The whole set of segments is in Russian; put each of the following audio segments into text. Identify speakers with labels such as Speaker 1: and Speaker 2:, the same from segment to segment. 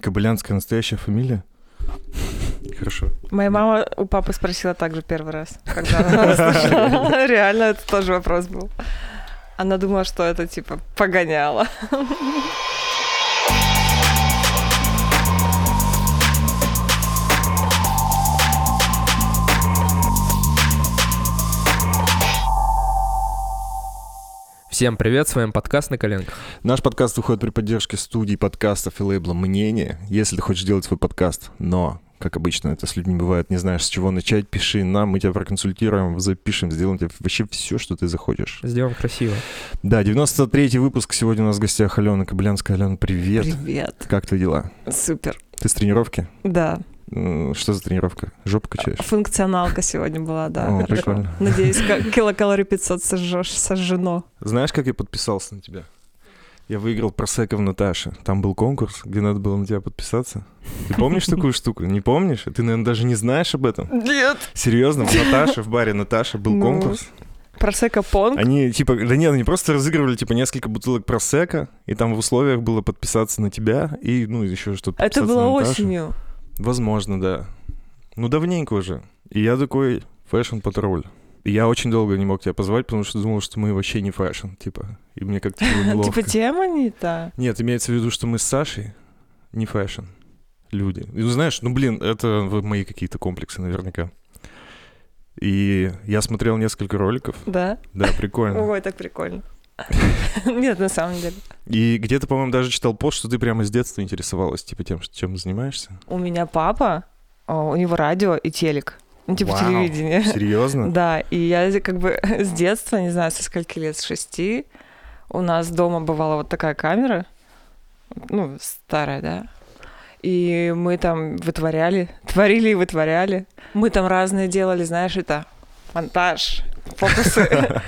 Speaker 1: Кобылянская настоящая фамилия? Хорошо.
Speaker 2: Моя мама у папы спросила также первый раз, когда она услышала. Реально, это тоже вопрос был. Она думала, что это типа погоняло.
Speaker 3: Всем привет, с вами подкаст «На коленках».
Speaker 1: Наш подкаст выходит при поддержке студии подкастов и лейбла «Мнение». Если ты хочешь делать свой подкаст, но, как обычно это с людьми бывает, не знаешь, с чего начать, пиши нам, мы тебя проконсультируем, запишем, сделаем тебе вообще все, что ты захочешь.
Speaker 3: Сделаем красиво.
Speaker 1: Да, 93-й выпуск. Сегодня у нас в гостях Алена Кобылянская. Алена, привет.
Speaker 2: Привет.
Speaker 1: Как твои дела?
Speaker 2: Супер.
Speaker 1: Ты с тренировки?
Speaker 2: Да.
Speaker 1: М, Что за тренировка? Жопу качаешь?
Speaker 2: Функционалка сегодня была, да.
Speaker 1: О,
Speaker 2: хорошо.
Speaker 1: прикольно.
Speaker 2: Надеюсь, ка- килокалорий 500 сожжешь, сожжено.
Speaker 1: Знаешь, как я подписался на тебя? Я выиграл просеков Наташи. Там был конкурс, где надо было на тебя подписаться. Ты помнишь такую штуку? Не помнишь? Ты, наверное, даже не знаешь об этом.
Speaker 2: Нет.
Speaker 1: Серьезно, в Наташе, в баре Наташа был
Speaker 2: Ну.
Speaker 1: конкурс.
Speaker 2: Просека понг.
Speaker 1: Они, типа, да нет, они просто разыгрывали, типа, несколько бутылок просека, и там в условиях было подписаться на тебя, и, ну, еще что-то
Speaker 2: Это
Speaker 1: подписаться
Speaker 2: было
Speaker 1: на Наташу.
Speaker 2: осенью.
Speaker 1: Возможно, да. Ну, давненько уже. И я такой фэшн-патруль. И я очень долго не мог тебя позвать, потому что думал, что мы вообще не фэшн, типа. И мне как-то было неловко.
Speaker 2: Типа тема не та.
Speaker 1: Нет, имеется в виду, что мы с Сашей не фэшн люди. И, Ну, знаешь, ну, блин, это в- мои какие-то комплексы наверняка. И я смотрел несколько роликов.
Speaker 2: Да?
Speaker 1: Да, прикольно.
Speaker 2: Ой, так прикольно. Нет, на самом деле.
Speaker 1: И где-то, по-моему, даже читал пост, что ты прямо с детства интересовалась, типа, тем, что- чем занимаешься.
Speaker 2: У меня папа, о, у него радио и телек. Ну, типа
Speaker 1: Вау.
Speaker 2: телевидение.
Speaker 1: Серьезно?
Speaker 2: Да, и я зи- как бы с детства, не знаю, со скольки лет, с шести, у нас дома бывала вот такая камера, ну, старая, да, и мы там вытворяли, творили и вытворяли. Мы там разные делали, знаешь, это монтаж, фокусы,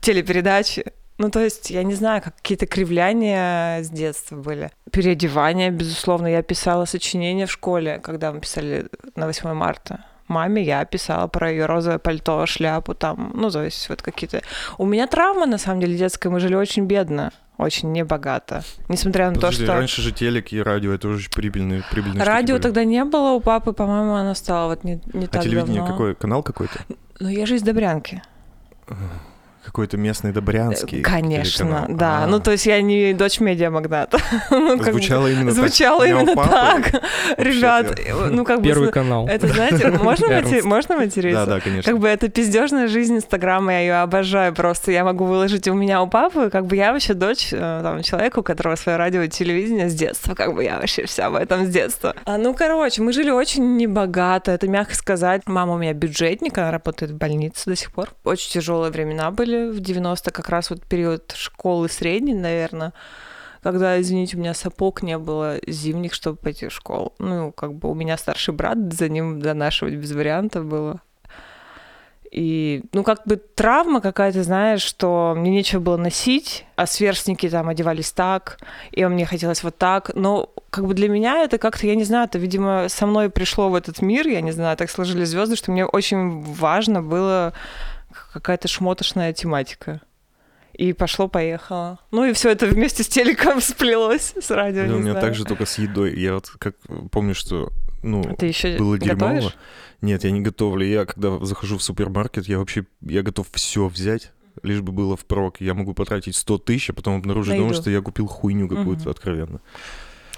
Speaker 2: телепередачи. Ну, то есть, я не знаю, как какие-то кривляния с детства были. Переодевания, безусловно. Я писала сочинения в школе, когда мы писали на 8 марта. Маме я писала про ее розовое пальто, шляпу там, ну, то есть вот какие-то... У меня травма, на самом деле, детская. Мы жили очень бедно, очень небогато. Несмотря на
Speaker 1: Подожди,
Speaker 2: Ну, то, что...
Speaker 1: раньше же телек и радио, это уже прибыльные, прибыльные штуки
Speaker 2: Радио
Speaker 1: были.
Speaker 2: тогда не было у папы, по-моему, оно стало вот не, не
Speaker 1: А
Speaker 2: так
Speaker 1: телевидение
Speaker 2: давно.
Speaker 1: какой? Канал какой-то?
Speaker 2: Ну, я же из Добрянки. Э,
Speaker 1: Какой-то местный добрянский
Speaker 2: Конечно,
Speaker 1: телеканал.
Speaker 2: да.
Speaker 1: А,
Speaker 2: Ну, то есть я не дочь медиамагната. Ну, как бы-
Speaker 1: Звучало именно так.
Speaker 2: Звучало
Speaker 1: У меня у
Speaker 2: именно
Speaker 1: папы
Speaker 2: так. Ребят,
Speaker 1: ответ.
Speaker 2: э, ну, как бы...
Speaker 3: Первый
Speaker 2: зна-
Speaker 3: канал.
Speaker 2: Это, знаете, можно
Speaker 3: Эрнст.
Speaker 2: мати- можно материться?
Speaker 1: Да, да, конечно.
Speaker 2: Как бы это пиздежная жизнь Инстаграма, я ее обожаю просто. Я могу выложить у меня у папы, как бы я вообще дочь э, там, человека, у которого свое радио и телевидение с детства, как бы я вообще вся в этом с детства. А, ну, короче, мы жили очень небогато, это мягко сказать. Мама у меня бюджетник, она работает в больнице до сих пор. Очень тяжелые времена были в 90 как раз вот период школы средней, наверное когда, извините, у меня сапог не было зимних, чтобы пойти в школу. Ну, как бы у меня старший брат, за ним донашивать без вариантов было. И, ну, как бы травма какая-то, знаешь, что мне нечего было носить, а сверстники там одевались так, и мне хотелось вот так. Но как бы для меня это как-то, я не знаю, это, видимо, со мной пришло в этот мир, я не знаю, так сложились звезды, что мне очень важно было какая-то шмотошная тематика. И пошло-поехало. Ну и все это вместе с телеком сплелось, с радио,
Speaker 1: Да,
Speaker 2: не
Speaker 1: Ну, у меня
Speaker 2: знаю.
Speaker 1: также только с едой. Я вот как помню, что ну,
Speaker 2: А Ты еще
Speaker 1: было дерьмово.
Speaker 2: готовишь?
Speaker 1: Нет, я не готовлю. Я когда захожу в супермаркет, я вообще я готов все взять, лишь бы было впрок. Я могу потратить 100 тысяч, а потом обнаружу
Speaker 2: На
Speaker 1: дома,
Speaker 2: еду.
Speaker 1: что я купил хуйню какую-то
Speaker 2: Мгм.
Speaker 1: откровенно.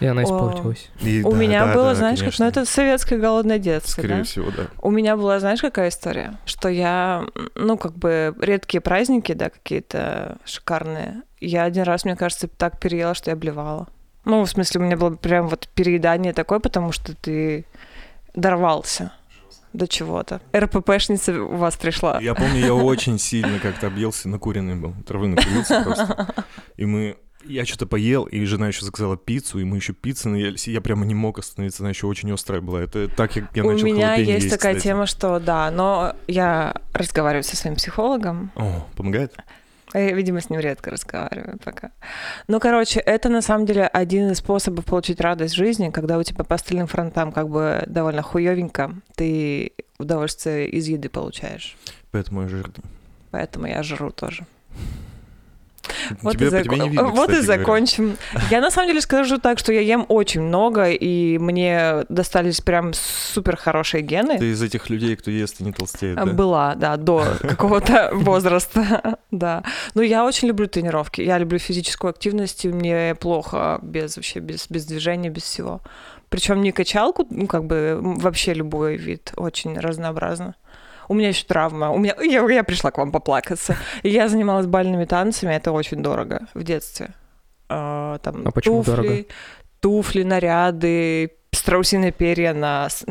Speaker 3: И она
Speaker 2: О.
Speaker 3: испортилась.
Speaker 1: И
Speaker 2: У
Speaker 1: да,
Speaker 2: меня
Speaker 1: да,
Speaker 2: было,
Speaker 1: да,
Speaker 2: знаешь, как,
Speaker 1: конечно.
Speaker 2: ну это советское голодное детство,
Speaker 1: Скорее
Speaker 2: да?
Speaker 1: всего, да.
Speaker 2: У меня была, знаешь, какая история? Что я, м, ну, как бы редкие праздники, да, какие-то шикарные. Я один раз, мне кажется, так переела, что я блевала. Ну, в смысле, у меня было прям вот переедание такое, потому что ты дорвался до чего-то. РППшница у вас пришла.
Speaker 1: Я помню, я очень сильно как-то объелся, накуренный был. Травы накурился просто. И мы... Я что-то поел, и жена еще заказала пиццу, и мы еще пиццы наелись. и Я прямо не мог остановиться, она еще очень острая была. Это так я, я
Speaker 2: у
Speaker 1: начал
Speaker 2: меня
Speaker 1: халапеньо
Speaker 2: есть
Speaker 1: есть,
Speaker 2: такая
Speaker 1: кстати.
Speaker 2: тема, что да, но я разговариваю со своим психологом,
Speaker 1: О, помогает?
Speaker 2: А Я, видимо, с ним редко разговариваю пока. Ну, короче, это на самом деле один из способов получить радость жизни, когда у тебя по остальным фронтам как бы довольно хуёвенько, ты удовольствие из еды получаешь.
Speaker 1: Поэтому я жирный.
Speaker 2: Поэтому я жру тоже. Вот
Speaker 1: тебя,
Speaker 2: и,
Speaker 1: по
Speaker 2: зак-
Speaker 1: тебе не видно,
Speaker 2: вот и
Speaker 1: кстати говоря.
Speaker 2: закончим. Я на самом деле скажу так, что я ем очень много, и мне достались прям супер хорошие гены.
Speaker 1: Ты из этих людей, кто ест и не
Speaker 3: Э,
Speaker 1: толстеет,
Speaker 2: А
Speaker 1: да?
Speaker 2: Э, Была, да, до какого-то возраста, да. Но я очень люблю тренировки, я люблю физическую активность, и мне плохо без вообще без, без движения, без всего. Причем не качалку, ну, как бы м, вообще любой вид, очень разнообразно. У меня еще травма. У меня я, я пришла к вам поплакаться. Я занималась бальными танцами, это очень дорого в детстве. А, там
Speaker 3: А почему
Speaker 2: туфли,
Speaker 3: дорого?
Speaker 2: туфли, наряды, страусиные перья на с-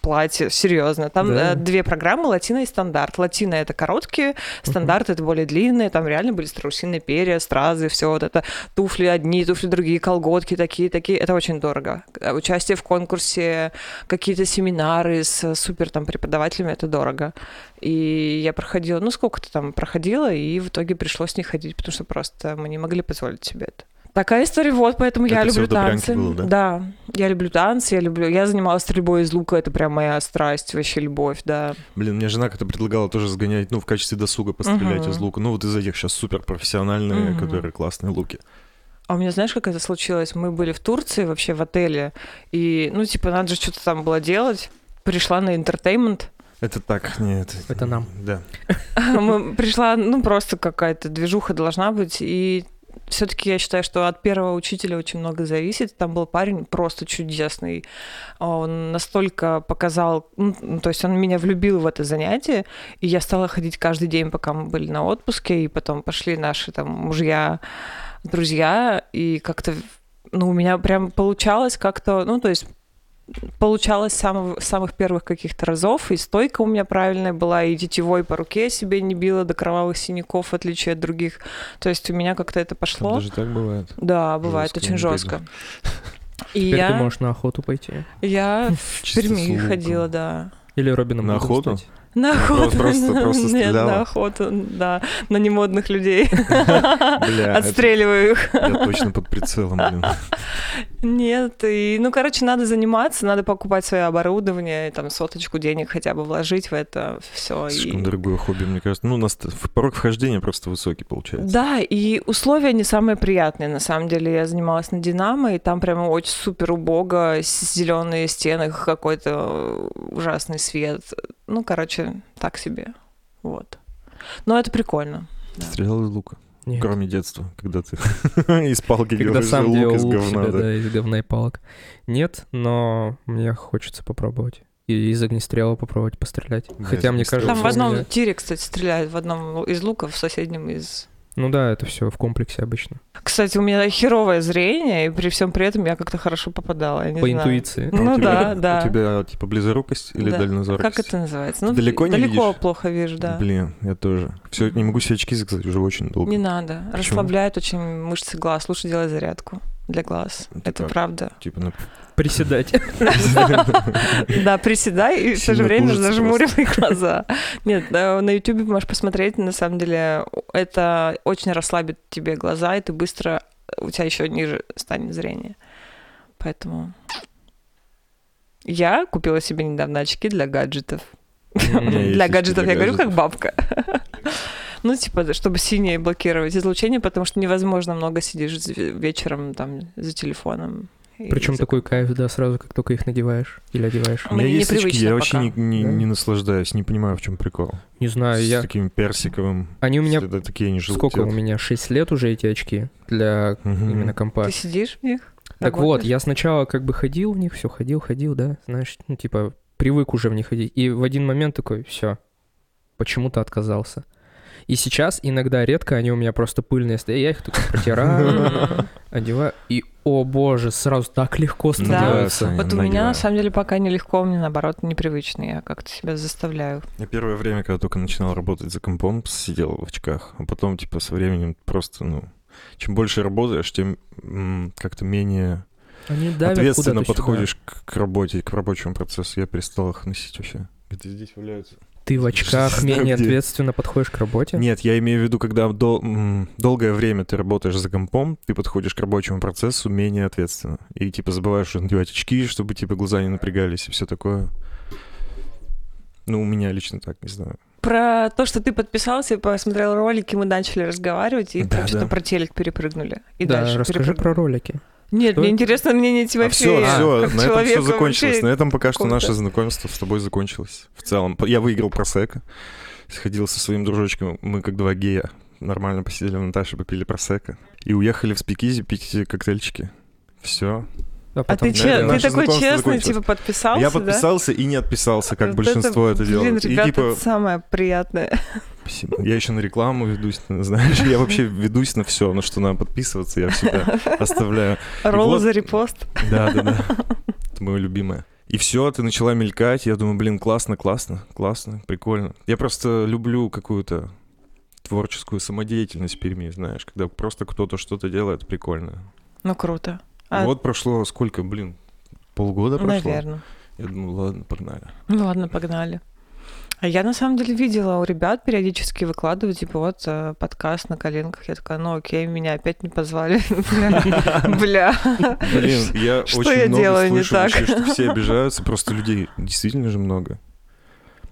Speaker 2: платье, серьезно. Там
Speaker 3: Да.
Speaker 2: э, две программы, латина и стандарт. Латина — это короткие, стандарт — это более длинные, там реально были страусиные перья, стразы, все вот это. Туфли одни, туфли другие, колготки такие, такие. Это очень дорого. Э, Участие в конкурсе, какие-то семинары с э, супер там преподавателями — это дорого. И я проходила, ну, сколько-то там проходила, и в итоге пришлось не ходить, потому что просто мы не могли позволить себе это. Такая история, вот, поэтому я
Speaker 1: Это всё
Speaker 2: люблю
Speaker 1: в Добрянке
Speaker 2: танцы.
Speaker 1: было, да?
Speaker 2: да, я люблю танцы, я люблю... Я занималась стрельбой из лука, это прям моя страсть, вообще любовь, да.
Speaker 1: Блин, мне жена как-то предлагала тоже сгонять, ну, в качестве досуга пострелять
Speaker 2: Мгм.
Speaker 1: из лука. Ну, вот из этих сейчас суперпрофессиональные,
Speaker 2: Мгм.
Speaker 1: которые классные луки.
Speaker 2: А у меня, знаешь, как это случилось? Мы были в Турции вообще в отеле, и, ну, типа, надо же что-то там было делать. Пришла на интертеймент.
Speaker 1: Это так, нет.
Speaker 3: Это нам.
Speaker 1: Да.
Speaker 2: Мы- Пришла, ну, просто какая-то движуха должна быть, и все-таки я считаю, что от первого учителя очень много зависит. Там был парень просто чудесный. а Он настолько показал, ну, то есть он меня влюбил в это занятие, и я стала ходить каждый день, пока мы были на отпуске, и потом пошли наши там мужья, друзья, и как-то, ну, у меня прям получалось как-то, ну, то есть получалось с самого- с самых первых каких-то разов, и стойка у меня правильная была, и тетевой по руке я себе не била до кровавых синяков, в отличие от других. То есть у меня как-то это
Speaker 1: Там
Speaker 2: пошло.
Speaker 1: даже так бывает.
Speaker 2: Да, бывает
Speaker 1: Жестко,
Speaker 2: очень
Speaker 1: не
Speaker 2: жестко.
Speaker 1: бегаю.
Speaker 2: И
Speaker 3: Теперь ты
Speaker 2: я,
Speaker 3: можешь на охоту пойти.
Speaker 2: я в
Speaker 1: Чисто с
Speaker 2: Перми
Speaker 1: луком.
Speaker 2: ходила, да.
Speaker 3: Или Робином
Speaker 1: На
Speaker 3: Гудом
Speaker 1: охоту?
Speaker 3: стать.
Speaker 2: На
Speaker 1: Про-
Speaker 2: охоту.
Speaker 1: просто- просто
Speaker 2: Нет,
Speaker 1: стреляла?
Speaker 2: на охоту, да. На немодных людей.
Speaker 1: А, Бля,
Speaker 2: Отстреливаю их.
Speaker 1: это- Я точно под прицелом, блин.
Speaker 2: Нет, и, ну, короче, надо заниматься, надо покупать свое оборудование, и там соточку денег хотя бы вложить в это все.
Speaker 1: Слишком дорогое хобби, мне кажется. Ну, у нас в- порог вхождения просто высокий получается.
Speaker 2: Да, и условия не самые приятные, на самом деле. Я занималась на Динамо, и там прямо очень супер убого, зеленые стены, какой-то ужасный свет. Ну, короче, так себе. Вот. Но это прикольно.
Speaker 1: Стрелял из лука.
Speaker 3: Нет.
Speaker 1: Кроме детства, когда ты из палки
Speaker 3: Когда
Speaker 1: делаешь
Speaker 3: сам
Speaker 1: лук
Speaker 3: делал
Speaker 1: из
Speaker 3: лук
Speaker 1: говна.
Speaker 3: себе,
Speaker 1: да.
Speaker 3: да, из говна и палок. Нет, но мне хочется попробовать. И из огнестрела попробовать пострелять.
Speaker 1: Да,
Speaker 3: Хотя
Speaker 1: из
Speaker 3: мне
Speaker 1: огнестрела.
Speaker 3: кажется,
Speaker 2: Там в
Speaker 1: Хорошо,
Speaker 3: у
Speaker 2: одном
Speaker 3: меня-
Speaker 2: тире, кстати, стреляют, в одном лу- из луков, в соседнем из...
Speaker 3: Ну да, это все в комплексе обычно.
Speaker 2: Кстати, у меня херовое зрение, и при всем при этом я как-то хорошо попадала, я не
Speaker 3: По
Speaker 2: знаю.
Speaker 3: интуиции.
Speaker 1: А у
Speaker 2: Ну
Speaker 1: тебя-
Speaker 2: да, да.
Speaker 1: У тебя типа близорукость или
Speaker 2: Да.
Speaker 1: дальнозоркость?
Speaker 2: Как это называется? Ну,
Speaker 1: Далеко не
Speaker 2: далеко
Speaker 1: видишь?
Speaker 2: плохо вижу, да.
Speaker 1: Блин, я тоже. Все, не могу себе очки заказать уже очень долго.
Speaker 2: Не надо.
Speaker 1: Почему?
Speaker 2: Расслабляет очень мышцы глаз. Лучше делать зарядку для глаз.
Speaker 1: Это
Speaker 2: Это
Speaker 1: как?
Speaker 2: правда.
Speaker 1: Типа, ну,
Speaker 3: Приседать.
Speaker 2: Да, приседай и в то же
Speaker 1: Сильно
Speaker 2: время
Speaker 1: тужится
Speaker 2: зажмуривай глаза. Нет, да, на YouTube можешь посмотреть. На самом деле это очень расслабит тебе глаза, и ты быстро у тебя еще ниже станет зрение. Поэтому я купила себе недавно очки для гаджетов.
Speaker 1: меня есть
Speaker 3: М,
Speaker 2: Для
Speaker 1: очки
Speaker 2: гаджетов
Speaker 1: для
Speaker 2: я говорю, как
Speaker 1: гаджетов.
Speaker 2: бабка. Ну, типа, чтобы синее блокировать излучение, потому что невозможно много сидишь з- вечером там за телефоном. И
Speaker 3: Причем
Speaker 2: за-
Speaker 3: такой кайф, да, сразу как только их надеваешь или одеваешь.
Speaker 1: У меня
Speaker 2: Мне
Speaker 1: есть очки,
Speaker 2: непривычно
Speaker 1: я вообще
Speaker 2: пока.
Speaker 1: не, не-
Speaker 3: Да.
Speaker 1: не наслаждаюсь, не понимаю, в чем прикол.
Speaker 3: Не знаю,
Speaker 1: С
Speaker 3: я...
Speaker 1: таким персиковым.
Speaker 3: Они у меня...
Speaker 1: всегда такие они
Speaker 3: Сколько у
Speaker 1: желтеют.
Speaker 3: меня? 6 лет уже эти очки для
Speaker 1: Мгм.
Speaker 3: именно компа.
Speaker 2: Ты сидишь в них?
Speaker 3: Типа, Так вот,
Speaker 2: работаешь?
Speaker 3: я сначала как бы ходил в них, все ходил, ходил, да, знаешь, ну типа привык уже в них ходить. И в один момент такой, все, почему-то отказался. И сейчас иногда редко они у меня просто пыльные стоят, я их только протираю,
Speaker 2: Мгм.
Speaker 3: одеваю, и, о боже, сразу так легко
Speaker 1: Ну,
Speaker 3: становится.
Speaker 1: да,
Speaker 2: Вот у
Speaker 1: надеваю.
Speaker 2: меня, на самом деле, пока нелегко, мне, наоборот, непривычно. Я как-то себя заставляю.
Speaker 1: Я первое время, когда только начинал работать за компом, сидел в очках, а потом, типа, со временем просто, ну, чем больше работаешь, тем м, как-то менее
Speaker 3: Они давят
Speaker 1: ответственно
Speaker 3: куда-то сюда.
Speaker 1: подходишь к, к работе, к рабочему процессу. Я перестал их носить вообще. Это здесь валяются.
Speaker 3: Ты в очках менее
Speaker 1: Где?
Speaker 3: ответственно подходишь к работе.
Speaker 1: Нет, я имею в виду, когда дол- м, долгое время ты работаешь за компом, ты подходишь к рабочему процессу менее ответственно. И типа забываешь уже надевать очки, чтобы типа глаза не напрягались и все такое. Ну, у меня лично так, не знаю.
Speaker 2: Про то, что ты подписался, и посмотрел ролики, мы начали разговаривать, и
Speaker 1: Да,
Speaker 2: что-то
Speaker 1: да.
Speaker 2: про телек перепрыгнули. И
Speaker 3: да,
Speaker 2: дальше
Speaker 3: расскажи
Speaker 2: перепрыгнули.
Speaker 3: про ролики.
Speaker 2: Нет,
Speaker 3: Что
Speaker 2: мне
Speaker 3: это?
Speaker 2: интересно мнение Тимофея.
Speaker 1: А все, все,
Speaker 2: как
Speaker 1: на этом
Speaker 2: человека
Speaker 1: все
Speaker 2: вообще.
Speaker 1: закончилось. На этом пока что
Speaker 2: круто.
Speaker 1: наше знакомство с тобой закончилось. В целом, П- я выиграл просека, сходил со своим дружочком, мы как два гея нормально посидели в Наташе, попили просека и уехали в спикизи пить коктейльчики. Все.
Speaker 2: А
Speaker 3: потом-
Speaker 2: ты,
Speaker 1: Да,
Speaker 2: че-
Speaker 1: да,
Speaker 2: ты
Speaker 1: наше
Speaker 2: такой
Speaker 1: знакомство
Speaker 2: честный,
Speaker 1: закончилось.
Speaker 2: типа подписался,
Speaker 1: я
Speaker 2: да?
Speaker 1: подписался и не отписался, как
Speaker 2: Вот
Speaker 1: большинство это,
Speaker 2: Блин,
Speaker 1: делают.
Speaker 2: ребята,
Speaker 1: и типа,
Speaker 2: это самое приятное.
Speaker 1: спасибо. Я еще на рекламу ведусь, знаешь, я вообще ведусь на все, на что надо подписываться, я всегда оставляю.
Speaker 2: Ролл
Speaker 1: вот-
Speaker 2: за репост.
Speaker 1: Да, да, да. Это мое любимое. И все, ты начала мелькать. Я думаю, блин, классно, классно, классно, прикольно. Я просто люблю какую-то творческую самодеятельность в Перми, знаешь, когда просто кто-то что-то делает прикольно.
Speaker 2: Ну, круто.
Speaker 1: И
Speaker 2: А,
Speaker 1: вот прошло сколько, блин, полгода прошло?
Speaker 2: Наверное.
Speaker 1: Я думаю, ладно, погнали.
Speaker 2: Ну ладно, погнали. А я на самом деле видела у ребят периодически выкладывают, типа, вот э, подкаст на коленках. Я такая, ну окей, меня опять не позвали. Бля.
Speaker 1: Блин, я
Speaker 2: Что
Speaker 1: очень
Speaker 2: я
Speaker 1: много
Speaker 2: делаю не
Speaker 1: слышу
Speaker 2: так?
Speaker 1: вообще, что все обижаются, просто людей действительно же много.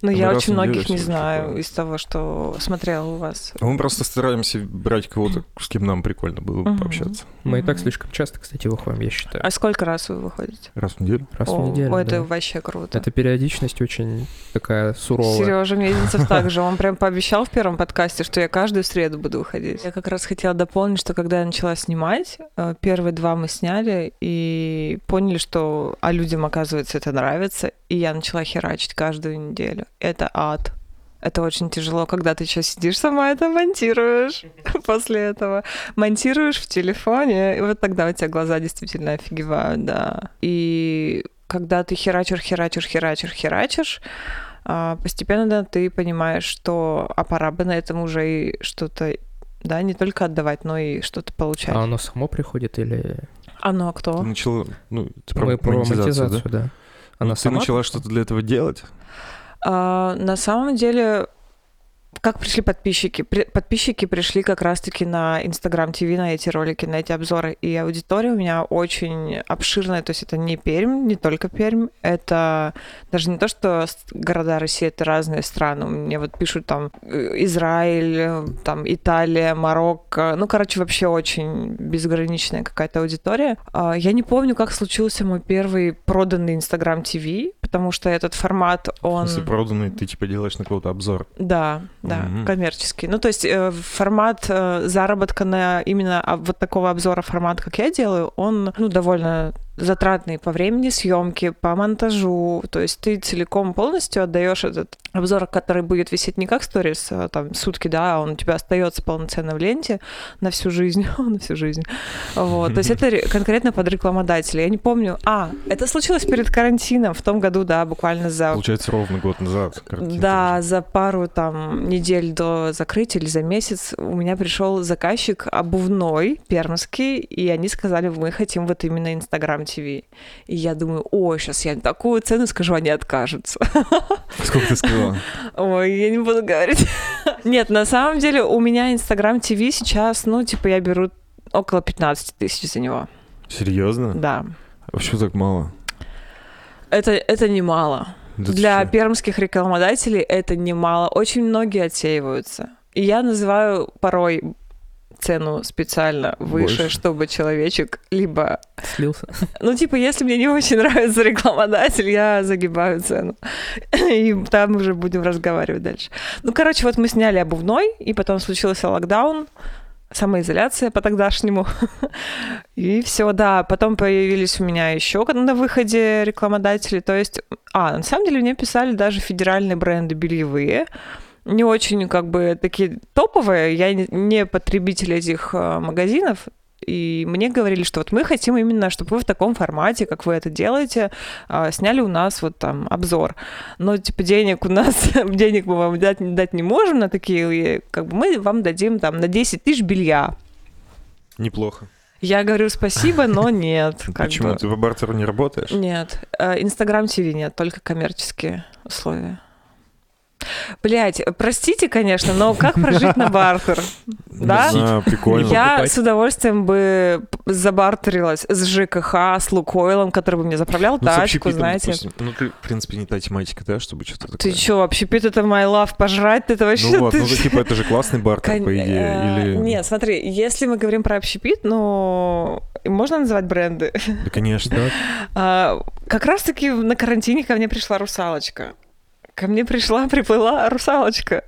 Speaker 2: Ну
Speaker 1: Мы
Speaker 2: я
Speaker 1: раз ну, типа.
Speaker 2: очень
Speaker 1: в неделю
Speaker 2: многих не
Speaker 1: слышу
Speaker 2: знаю
Speaker 1: такое.
Speaker 2: из того, что смотрела у вас.
Speaker 1: А Мы просто стараемся брать кого-то, с кем нам прикольно было бы
Speaker 2: Мгм.
Speaker 1: пообщаться.
Speaker 3: Мы и так слишком часто, кстати, выходим, я считаю.
Speaker 2: А сколько раз вы выходите?
Speaker 1: Раз в неделю.
Speaker 3: Раз
Speaker 2: О,
Speaker 3: в неделю.
Speaker 2: это
Speaker 3: да.
Speaker 2: вообще круто.
Speaker 3: Это периодичность очень такая суровая.
Speaker 2: Сережа Мезенцев также. Он прям пообещал в первом подкасте, что я каждую среду буду выходить. Я как раз хотела дополнить, что когда я начала снимать, э, первые два мы сняли и поняли, что а людям, оказывается, это нравится. И я начала херачить каждую неделю. Это ад. Это очень тяжело, когда ты еще сидишь сама это монтируешь после этого. Монтируешь в телефоне, и вот тогда у тебя глаза действительно офигевают, да. И когда ты херачишь, херачишь, херачишь, херачишь, а, постепенно да, ты понимаешь, что а пора бы на этом уже и что-то, да, не только отдавать, но и что-то получать.
Speaker 3: А оно само приходит или...
Speaker 2: А ну а кто?
Speaker 1: Ты начала, ну, ты про
Speaker 3: Мы про
Speaker 1: монетизацию, да?
Speaker 3: монетизацию, да? Она
Speaker 1: Ну, ты
Speaker 3: сама
Speaker 1: начала
Speaker 3: пришла?
Speaker 1: что-то для этого делать?
Speaker 2: А, на самом деле, как пришли подписчики? При- подписчики пришли как раз-таки на Instagram TV, на эти ролики, на эти обзоры. И аудитория у меня очень обширная. То есть это не Пермь, не только Пермь. Это даже не то, что с- города России, это разные страны. Мне вот пишут там э, Израиль, э, там Италия, Марокко. Ну, короче, вообще очень безграничная какая-то аудитория. А, Я не помню, как случился мой первый проданный Instagram TV, потому что этот формат, он...
Speaker 1: Если проданный, ты типа делаешь на кого-то обзор.
Speaker 2: Да, да,
Speaker 1: Мгм.
Speaker 2: коммерческий. Ну, то есть э, формат э, заработка на именно а, вот такого обзора формат, как я делаю, он ну, довольно затратный по времени съемки, по монтажу. То есть ты целиком полностью отдаешь этот обзор, который будет висеть не как сторис, а там сутки, да, а он у тебя остается полноценно в ленте на всю жизнь, на всю жизнь. Вот. То есть это ре- конкретно под рекламодателя. Я не помню. А, это случилось перед карантином в том году, да, буквально за
Speaker 1: Получается, ровно год назад. картинка
Speaker 2: да,
Speaker 1: уже.
Speaker 2: за пару там недель до закрытия или за месяц у меня пришел заказчик обувной пермский, и они сказали, мы хотим вот именно Инстаграм ТВ. И я думаю, о, сейчас я такую цену скажу, они откажутся.
Speaker 1: Сколько ты сказала?
Speaker 2: Ой, я не буду говорить. Нет, на самом деле у меня Инстаграм ТВ сейчас, ну, типа я беру около 15 тысяч за него.
Speaker 1: Серьезно?
Speaker 2: Да.
Speaker 1: Вообще так мало?
Speaker 2: Это, это немало.
Speaker 1: Да ты
Speaker 2: Для
Speaker 1: чё?
Speaker 2: пермских рекламодателей это немало. Очень многие отсеиваются. И я называю порой цену специально выше,
Speaker 1: Больше.
Speaker 2: чтобы человечек либо...
Speaker 3: Слился.
Speaker 2: Ну, типа, если мне не очень нравится рекламодатель, я загибаю цену. И там уже будем разговаривать дальше. Ну, короче, вот мы сняли обувной, и потом случился локдаун, самоизоляция по-тогдашнему. И все, да. Потом появились у меня еще на выходе рекламодатели. То есть, а, на самом деле мне писали даже федеральные бренды бельевые. Не очень, как бы, такие топовые. Я не- не потребитель этих э, магазинов. И мне говорили, что вот мы хотим именно, чтобы вы в таком формате, как вы это делаете, а, сняли у нас вот там обзор. Но типа денег у нас, денег мы вам дать, дать не можем на такие, э, как бы мы вам дадим там на 10 тысяч белья.
Speaker 1: Неплохо. А
Speaker 2: Я говорю спасибо, но нет. как
Speaker 1: Почему?
Speaker 2: бы.
Speaker 1: Ты по бартеру не работаешь?
Speaker 2: Нет. Э, Инстаграм ТВ нет, только коммерческие условия. Блять, простите, конечно, но как прожить на бартер? Да?
Speaker 1: Не знаю, прикольно.
Speaker 3: Не
Speaker 2: Я
Speaker 3: покупать.
Speaker 2: с удовольствием бы забартерилась с ЖКХ, с Лукойлом, который бы мне заправлял
Speaker 1: Ну, с
Speaker 2: тачку,
Speaker 1: общепитом,
Speaker 2: знаете.
Speaker 1: допустим. Ну, ты, в принципе, не та тематика, да, чтобы что-то такое.
Speaker 2: Ты чё, вообще пит это my love, пожрать это вообще...
Speaker 1: Ну вот,
Speaker 2: ты
Speaker 1: ну,
Speaker 2: ж-
Speaker 1: типа, это же классный бартер,
Speaker 2: Кон-
Speaker 1: по идее,
Speaker 2: э,
Speaker 1: или...
Speaker 2: Нет, смотри, если мы говорим про общепит, ну, можно называть бренды?
Speaker 1: Да, конечно.
Speaker 3: Да.
Speaker 2: А, Как раз-таки на карантине ко мне пришла русалочка. Ко мне пришла, приплыла русалочка.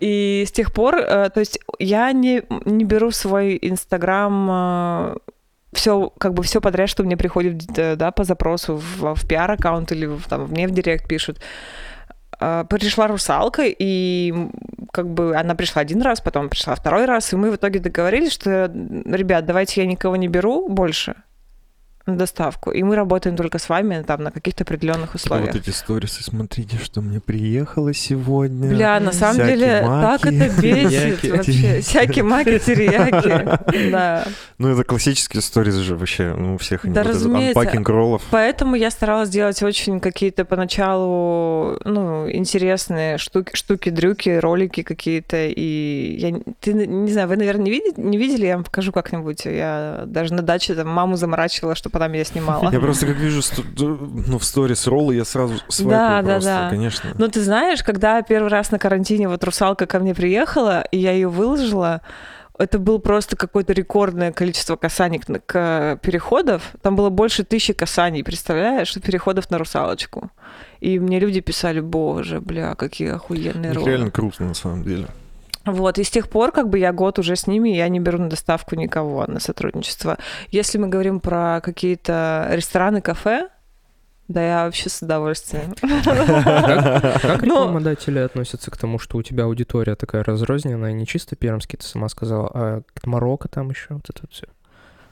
Speaker 2: И с тех пор, э, то есть я не, не беру в свой Инстаграм все, как бы все подряд, что мне приходит э, да, по запросу в, в пиар-аккаунт или в- там, мне в директ пишут. А, Пришла русалка, и м, как бы она пришла один раз, потом пришла второй раз, и мы в итоге договорились, что, ребят, давайте я никого не беру больше на доставку, и мы работаем только с вами там на каких-то определенных
Speaker 1: Типа
Speaker 2: условиях.
Speaker 1: вот эти сторисы, смотрите, что мне приехало сегодня.
Speaker 2: Бля, на самом
Speaker 1: Всякие
Speaker 2: деле
Speaker 1: маки.
Speaker 2: так это бесит
Speaker 3: Терияки.
Speaker 2: вообще. Всякие маки, терияки. Да.
Speaker 1: Ну, это классические сторис же вообще, ну, у всех они.
Speaker 2: Да,
Speaker 1: вот этот
Speaker 2: разумеется.
Speaker 1: Анпакинг роллов.
Speaker 2: Поэтому я старалась делать очень какие-то поначалу, ну, интересные штуки, штуки, дрюки, ролики какие-то. И я, н- ты, н- не знаю, вы, наверное, не видели, не видели, я вам покажу как-нибудь. Я даже на даче там маму заморачивала, чтобы она меня снимала.
Speaker 1: Я просто как вижу, сто- ну, в сторис роллы я сразу свайпаю
Speaker 2: Да, да,
Speaker 1: просто,
Speaker 2: да.
Speaker 1: конечно.
Speaker 2: Ну, ты знаешь, когда первый раз на карантине вот русалка ко мне приехала, и я ее выложила, это было просто какое-то рекордное количество касаний к, к- переходов. Там было больше тысячи касаний, представляешь, переходов на русалочку. И мне люди писали, боже, бля, какие охуенные
Speaker 1: Это
Speaker 2: роллы.
Speaker 1: реально круто, на самом деле.
Speaker 2: Вот, и с тех пор, как бы я год уже с ними, я не беру на доставку никого на сотрудничество. Если мы говорим про какие-то рестораны, кафе, да я вообще с удовольствием.
Speaker 3: Как, как
Speaker 2: Но-
Speaker 3: рекламодатели относятся к тому, что у тебя аудитория такая разрозненная, не чисто пермский, ты сама сказала, а Марокко там еще, вот это все.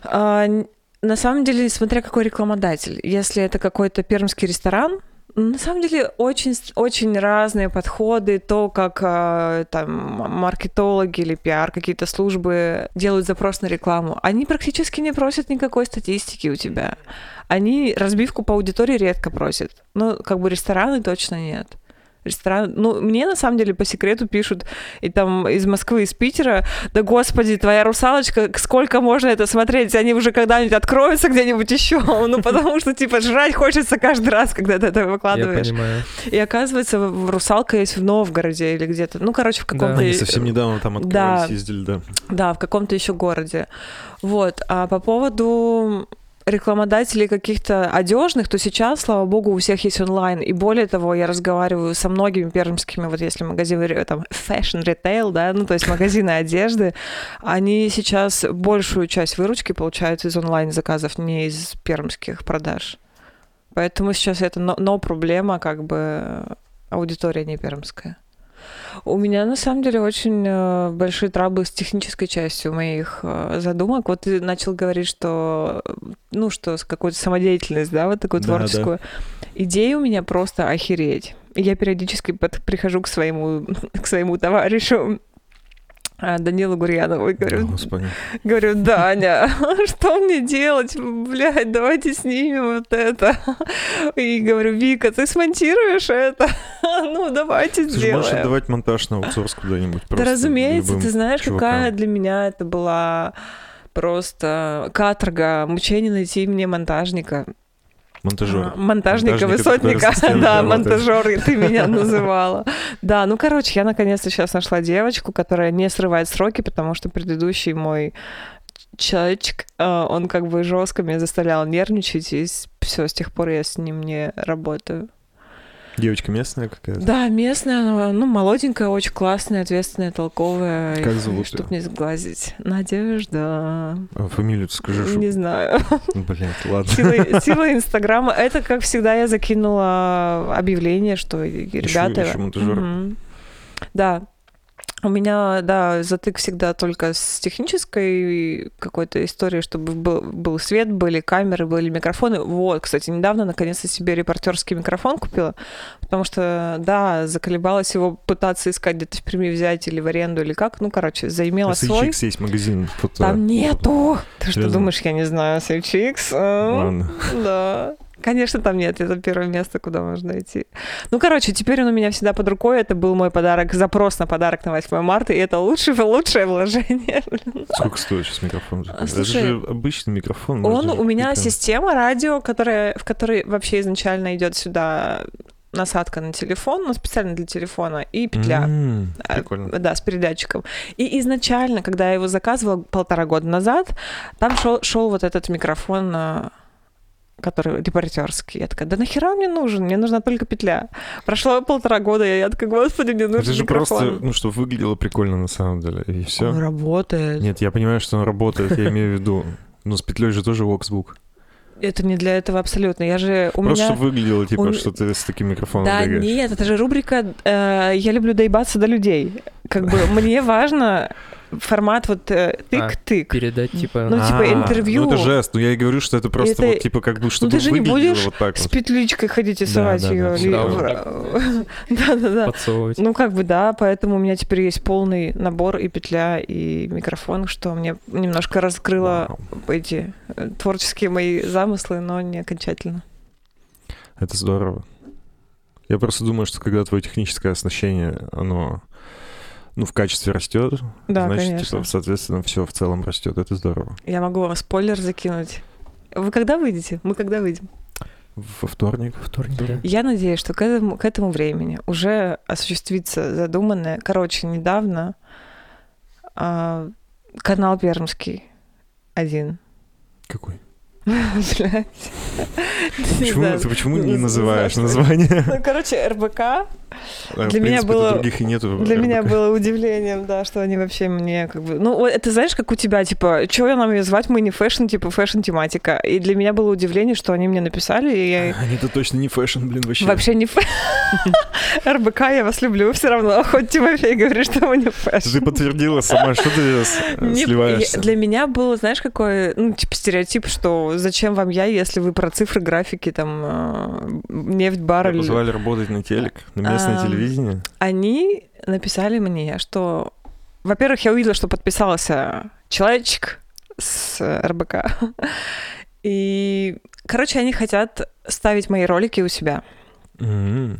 Speaker 2: А, н- на самом деле, смотря какой рекламодатель. Если это какой-то пермский ресторан, на самом деле очень, с- очень разные подходы, то, как а, там маркетологи или пиар, какие-то службы делают запрос на рекламу, они практически не просят никакой статистики у тебя. Они разбивку по аудитории редко просят. Ну, как бы рестораны точно нет. Ресторан, ну, мне на самом деле по секрету пишут, и там из Москвы, из Питера, да господи, твоя русалочка, сколько можно это смотреть? Они уже когда-нибудь откроются где-нибудь еще. Ну, потому что, типа, жрать хочется каждый раз, когда ты это
Speaker 3: Я
Speaker 2: выкладываешь.
Speaker 3: понимаю.
Speaker 2: И оказывается, в- в русалка есть в Новгороде или где-то. Ну, короче, в каком-то.
Speaker 3: Да.
Speaker 1: Они совсем недавно там
Speaker 2: э, Да.
Speaker 1: открылись, ездили, да.
Speaker 2: Да, в каком-то еще городе. Вот. А по поводу рекламодателей каких-то одежных, то сейчас, слава богу, у всех есть онлайн. И более того, я разговариваю со многими пермскими, вот если магазины, ре- там, fashion retail, да, ну, то есть магазины одежды, они сейчас большую часть выручки получают из онлайн-заказов, не из пермских продаж. Поэтому сейчас это но, но проблема, как бы, аудитория не пермская. У меня на самом деле очень э, большие траблы с технической частью моих э, задумок. Вот ты начал говорить, что э, ну что, с какую-то самодеятельность, да, вот такую
Speaker 1: Да,
Speaker 2: творческую. Идеи у меня просто охереть. И Я периодически под- прихожу к своему, к своему товарищу э, Данилу Гурьянову и говорю,
Speaker 1: Господи.
Speaker 2: Говорю, Даня, что мне делать? Блядь, давайте снимем вот это. И говорю, Вика, ты смонтируешь это? Ну, давайте
Speaker 1: Ты же можешь
Speaker 2: сделаем.
Speaker 1: отдавать монтаж на аутсорс куда-нибудь просто.
Speaker 2: Да, разумеется,
Speaker 1: любым.
Speaker 2: ты знаешь, какая
Speaker 1: чувакам.
Speaker 2: для меня это была просто каторга, мучение найти мне монтажника.
Speaker 1: Монтажер.
Speaker 2: А,
Speaker 1: Монтажника,
Speaker 2: Монтажника, высотника,
Speaker 1: который со стены
Speaker 2: да,
Speaker 1: работает.
Speaker 2: монтажер, ты меня называла. Да, ну, короче, я наконец-то сейчас нашла девочку, которая не срывает сроки, потому что предыдущий мой человечек, э, он как бы жестко меня заставлял нервничать, и все, с тех пор я с ним не работаю. А.
Speaker 1: Девочка местная какая-то.
Speaker 2: Да, местная, она, ну, молоденькая, очень классная, ответственная, толковая.
Speaker 1: Как зовут её?
Speaker 2: Чтоб не сглазить. Надежда.
Speaker 1: А Фамилию ты скажи,
Speaker 2: Не
Speaker 1: что...
Speaker 2: знаю.
Speaker 1: Блядь, ладно.
Speaker 2: Сила, сила Инстаграма. Это, как всегда, я закинула объявление, что и- и
Speaker 1: Ищу-
Speaker 2: ребята...
Speaker 1: ищу монтажёра.
Speaker 2: Мгм. Да. У меня, да, затык всегда только с технической какой-то историей, чтобы был, был свет, были камеры, были микрофоны. Вот, кстати, недавно наконец-то себе репортерский микрофон купила, потому что, да, заколебалась его пытаться искать где-то в Перми взять или в аренду, или как. Ну, короче, заимела
Speaker 1: А
Speaker 2: свой.
Speaker 1: CX есть магазин фото.
Speaker 2: Там нету. Ты что
Speaker 1: Серьезно?
Speaker 2: думаешь, я не знаю, CHX? А?
Speaker 1: Ладно.
Speaker 2: Да. Конечно, там нет, это первое место, куда можно идти. Ну, короче, теперь он у меня всегда под рукой, это был мой подарок, запрос на подарок на 8 марта, и это лучшее, лучшее вложение.
Speaker 1: Сколько стоит сейчас микрофон? Это
Speaker 2: А, слушай,
Speaker 1: же обычный микрофон.
Speaker 2: Он у меня
Speaker 1: ассистент.
Speaker 2: система радио, которая, в которой вообще изначально идет сюда насадка на телефон, ну, специально для телефона, и петля.
Speaker 1: М,
Speaker 2: А,
Speaker 1: Прикольно.
Speaker 2: Да, с передатчиком. И изначально, когда я его заказывала полтора года назад, там шел, шел вот этот микрофон, а, который репортерский. Я такая, да нахера он мне нужен? Мне нужна только петля. Прошло полтора года, и я такая, господи, мне нужен
Speaker 1: Это же
Speaker 2: микрофон.
Speaker 1: просто, ну, чтобы выглядело прикольно на самом деле, и
Speaker 2: Он
Speaker 1: все.
Speaker 2: работает.
Speaker 1: Нет, я понимаю, что он работает, я имею в виду. Но с петлей же тоже воксбук.
Speaker 2: Это не для этого абсолютно. Я же... У
Speaker 1: Просто
Speaker 2: меня...
Speaker 1: чтобы выглядело,
Speaker 2: у
Speaker 1: типа,
Speaker 2: м-
Speaker 1: что ты с таким микрофоном
Speaker 2: Да,
Speaker 1: бегаешь.
Speaker 2: нет, это же рубрика э, «Я люблю доебаться до людей». Как бы мне важно формат вот э, тык-тык.
Speaker 3: Передать, типа...
Speaker 2: Ну, типа,
Speaker 1: А,
Speaker 2: интервью.
Speaker 1: Ну, это жест. Ну, я и говорю, что это просто
Speaker 2: Это- Ну,
Speaker 1: вот, типа, как бы, чтобы
Speaker 2: ты же не
Speaker 1: выглядело
Speaker 2: будешь
Speaker 1: вот так
Speaker 2: С
Speaker 1: вот.
Speaker 2: петличкой ходить и
Speaker 1: Да,
Speaker 2: совать
Speaker 1: да, да,
Speaker 2: ее.
Speaker 1: всегда
Speaker 2: ли-
Speaker 1: вот
Speaker 2: Да-да-да.
Speaker 3: подсовывать.
Speaker 2: Ну, как бы, да, поэтому у меня теперь есть полный набор и петля, и микрофон, что мне немножко раскрыло
Speaker 1: Вау.
Speaker 2: эти э, творческие мои замыслы, но не окончательно.
Speaker 1: Это здорово. Я просто думаю, что когда твое техническое оснащение, оно ну, в качестве растет,
Speaker 2: Да,
Speaker 1: значит,
Speaker 2: конечно.
Speaker 1: типа, соответственно, все в целом растет. Это здорово.
Speaker 2: Я могу вам спойлер закинуть. Вы когда выйдете? Мы когда выйдем?
Speaker 1: Во вторник.
Speaker 3: Вторник, да.
Speaker 2: Я надеюсь, что к этому, к этому времени уже осуществится задуманное. Короче, недавно а, канал Пермский один.
Speaker 1: Какой?
Speaker 2: Блядь.
Speaker 1: Почему, ты почему не
Speaker 2: Ну,
Speaker 1: называешь
Speaker 2: знаешь, Ну,
Speaker 1: название?
Speaker 2: короче, РБК
Speaker 1: А, в
Speaker 2: для меня
Speaker 1: принципе,
Speaker 2: было-
Speaker 1: Других и нету.
Speaker 2: для меня
Speaker 1: РБК.
Speaker 2: было удивлением, да, что они вообще мне как бы... Ну, вот это знаешь, как у тебя, типа, чего нам ее звать, мы не фэшн, типа, фэшн-тематика. И для меня было удивление, что они мне написали, и я
Speaker 1: Они-то точно не фэшн, блин, вообще.
Speaker 2: Вообще не фэ- РБК, я вас люблю все равно, хоть Тимофей говорит, что мы не
Speaker 1: Ты
Speaker 2: фэшн.
Speaker 1: же подтвердила сама, что ты с-
Speaker 2: Не-
Speaker 1: сливаешься.
Speaker 2: я- Для меня было, знаешь, какой, ну, типа, стереотип, что зачем вам я, если вы про цифры, графики, там, э, нефть,
Speaker 1: Тебя
Speaker 2: баррель.
Speaker 1: позвали работать на телек, на местное
Speaker 2: Ам.
Speaker 1: телевидение.
Speaker 2: Они написали мне, что... Во-первых, я увидела, что подписался человечек с э, РБК. И, короче, они хотят ставить мои ролики у себя.
Speaker 1: М.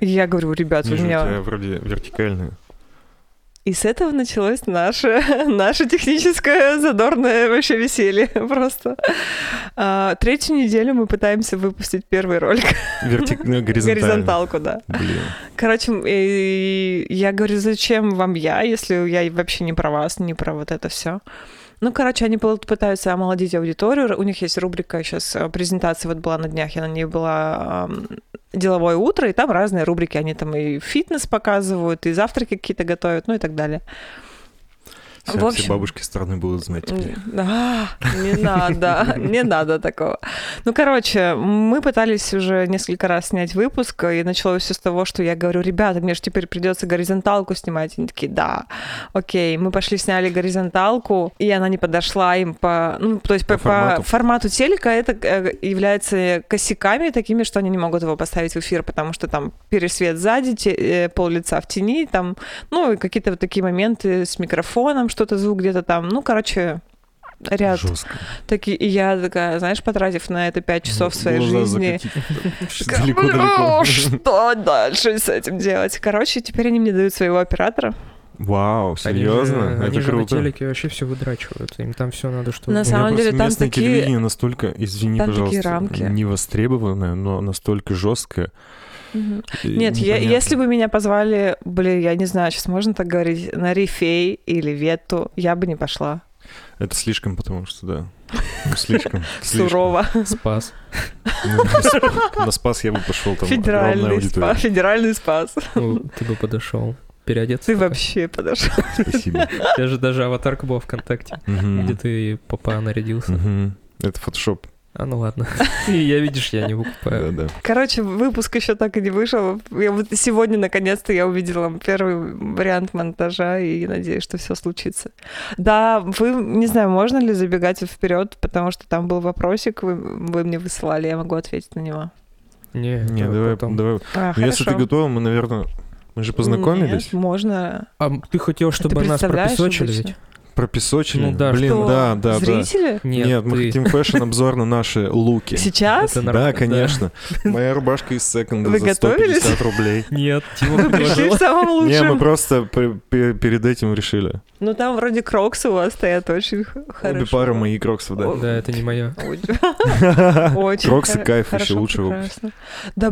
Speaker 2: И я говорю, ребят, А
Speaker 1: М-м.
Speaker 2: у
Speaker 1: Вижу, у
Speaker 2: меня...
Speaker 1: тебя вроде вертикальное.
Speaker 2: И с этого началось наше, наше техническое задорное вообще веселье просто. А, третью неделю мы пытаемся выпустить первый ролик.
Speaker 1: Вертик... ну, горизонтальное.
Speaker 2: Горизонталку, да.
Speaker 1: Блин.
Speaker 2: Короче, м, и я говорю, зачем вам я, если я и вообще не про вас, не про вот это все. Ну, короче, они пол- пытаются омолодить аудиторию. У них есть рубрика сейчас, э, презентация вот была на днях, я на ней была ам, деловое утро, и там разные рубрики. Они там и фитнес показывают, и завтраки какие-то готовят, ну и так далее.
Speaker 1: Все,
Speaker 2: В общем-
Speaker 1: все бабушки страны будут знать теперь.
Speaker 2: М, а, не надо, не надо такого. Ну, короче, мы пытались уже несколько раз снять выпуск, и началось все с того, что я говорю, ребята, мне же теперь придется горизонталку снимать. Они такие, да, окей. Мы пошли, сняли горизонталку, и она не подошла им по... Ну, то есть
Speaker 1: По
Speaker 2: по, по формату.
Speaker 1: формату.
Speaker 2: телека это э, является косяками такими, что они не могут его поставить в эфир, потому что там пересвет сзади, те- э, пол лица в тени, там ну, и какие-то вот такие моменты с микрофоном, что-то звук где-то там. Ну, короче, ряд
Speaker 1: Жестко.
Speaker 2: такие. И я такая, знаешь, потратив на это пять часов своей
Speaker 1: Глаза
Speaker 2: жизни.
Speaker 1: закатить. Вообще
Speaker 2: такая, «Ну,
Speaker 1: Далеко-далеко.
Speaker 2: Что дальше с этим делать? Короче, теперь они мне дают своего оператора.
Speaker 1: Вау, серьезно?
Speaker 3: Они
Speaker 1: Это
Speaker 3: же на
Speaker 1: круто.
Speaker 3: телеке вообще все выдрачивают. Им там все надо, что...
Speaker 2: На
Speaker 1: У меня
Speaker 2: самом
Speaker 1: просто
Speaker 2: деле там
Speaker 1: местное
Speaker 2: такие-
Speaker 1: телевидение настолько, извини,
Speaker 2: там такие
Speaker 1: пожалуйста,
Speaker 2: рамки.
Speaker 1: не востребованное, но настолько жесткое. и
Speaker 2: Нет, я,
Speaker 1: непонятно.
Speaker 2: если бы меня позвали, блин, я не знаю, сейчас можно так говорить, на Рифей или Ветту, я бы не пошла.
Speaker 1: Это слишком, потому что, да. Ну, Слишком. слишком.
Speaker 2: Сурово.
Speaker 3: Спас.
Speaker 1: Ну, на Спас- На Спас я бы пошел там. огромная
Speaker 2: Федеральный
Speaker 1: аудитория.
Speaker 2: спас. Федеральный спас.
Speaker 3: Ну, ты бы подошел. Переодеться.
Speaker 2: Ты
Speaker 3: пока.
Speaker 2: вообще подошел.
Speaker 1: Спасибо.
Speaker 3: У тебя же даже аватарка была ВКонтакте,
Speaker 1: Мгм.
Speaker 3: где ты папа нарядился.
Speaker 1: Мгм. Это фотошоп.
Speaker 3: А ну ладно. И я, видишь, я не выкупаю.
Speaker 1: Да-да.
Speaker 2: Короче, выпуск еще так и не вышел. Я вот сегодня наконец-то я увидела первый вариант монтажа и надеюсь, что все случится. Да, вы не знаю, можно ли забегать вперед, потому что там был вопросик, вы, вы мне высылали, я могу ответить на него.
Speaker 3: Не,
Speaker 1: Не,
Speaker 3: это
Speaker 1: давай,
Speaker 3: потом.
Speaker 1: давай.
Speaker 2: А,
Speaker 1: Ну, если ты
Speaker 2: хорошо.
Speaker 1: готова, мы, наверное, мы же познакомились.
Speaker 2: Нет, можно.
Speaker 3: А ты хотел, чтобы
Speaker 2: Ты
Speaker 3: нас
Speaker 2: представляешь
Speaker 3: пропесочили
Speaker 2: обычно?
Speaker 3: ведь?
Speaker 1: пропесочили?
Speaker 3: Ну да,
Speaker 1: Блин,
Speaker 2: что?
Speaker 1: да, да, да.
Speaker 2: Зрители?
Speaker 1: Нет,
Speaker 3: Нет,
Speaker 1: мы
Speaker 3: ты.
Speaker 1: хотим фэшн-обзор на наши луки.
Speaker 2: Сейчас?
Speaker 3: Это
Speaker 1: Да,
Speaker 3: нормально,
Speaker 1: конечно. Моя рубашка из секонда
Speaker 2: Вы
Speaker 1: за
Speaker 2: готовились?
Speaker 1: 150 рублей.
Speaker 3: Нет, Тима
Speaker 2: Вы пришли
Speaker 3: предложила.
Speaker 2: в самом
Speaker 1: Не, мы
Speaker 2: лучшем.
Speaker 1: просто пе- пе- перед этим решили.
Speaker 2: Ну там вроде кроксы у вас стоят очень х-
Speaker 1: Обе
Speaker 2: хорошо.
Speaker 1: пары мои кроксов, да.
Speaker 3: Да, это не мое.
Speaker 2: Очень-
Speaker 1: Кроксы
Speaker 2: Очень хоро-
Speaker 1: кайф, еще
Speaker 2: хорошо,
Speaker 1: лучше выпуск.
Speaker 2: прекрасно. Да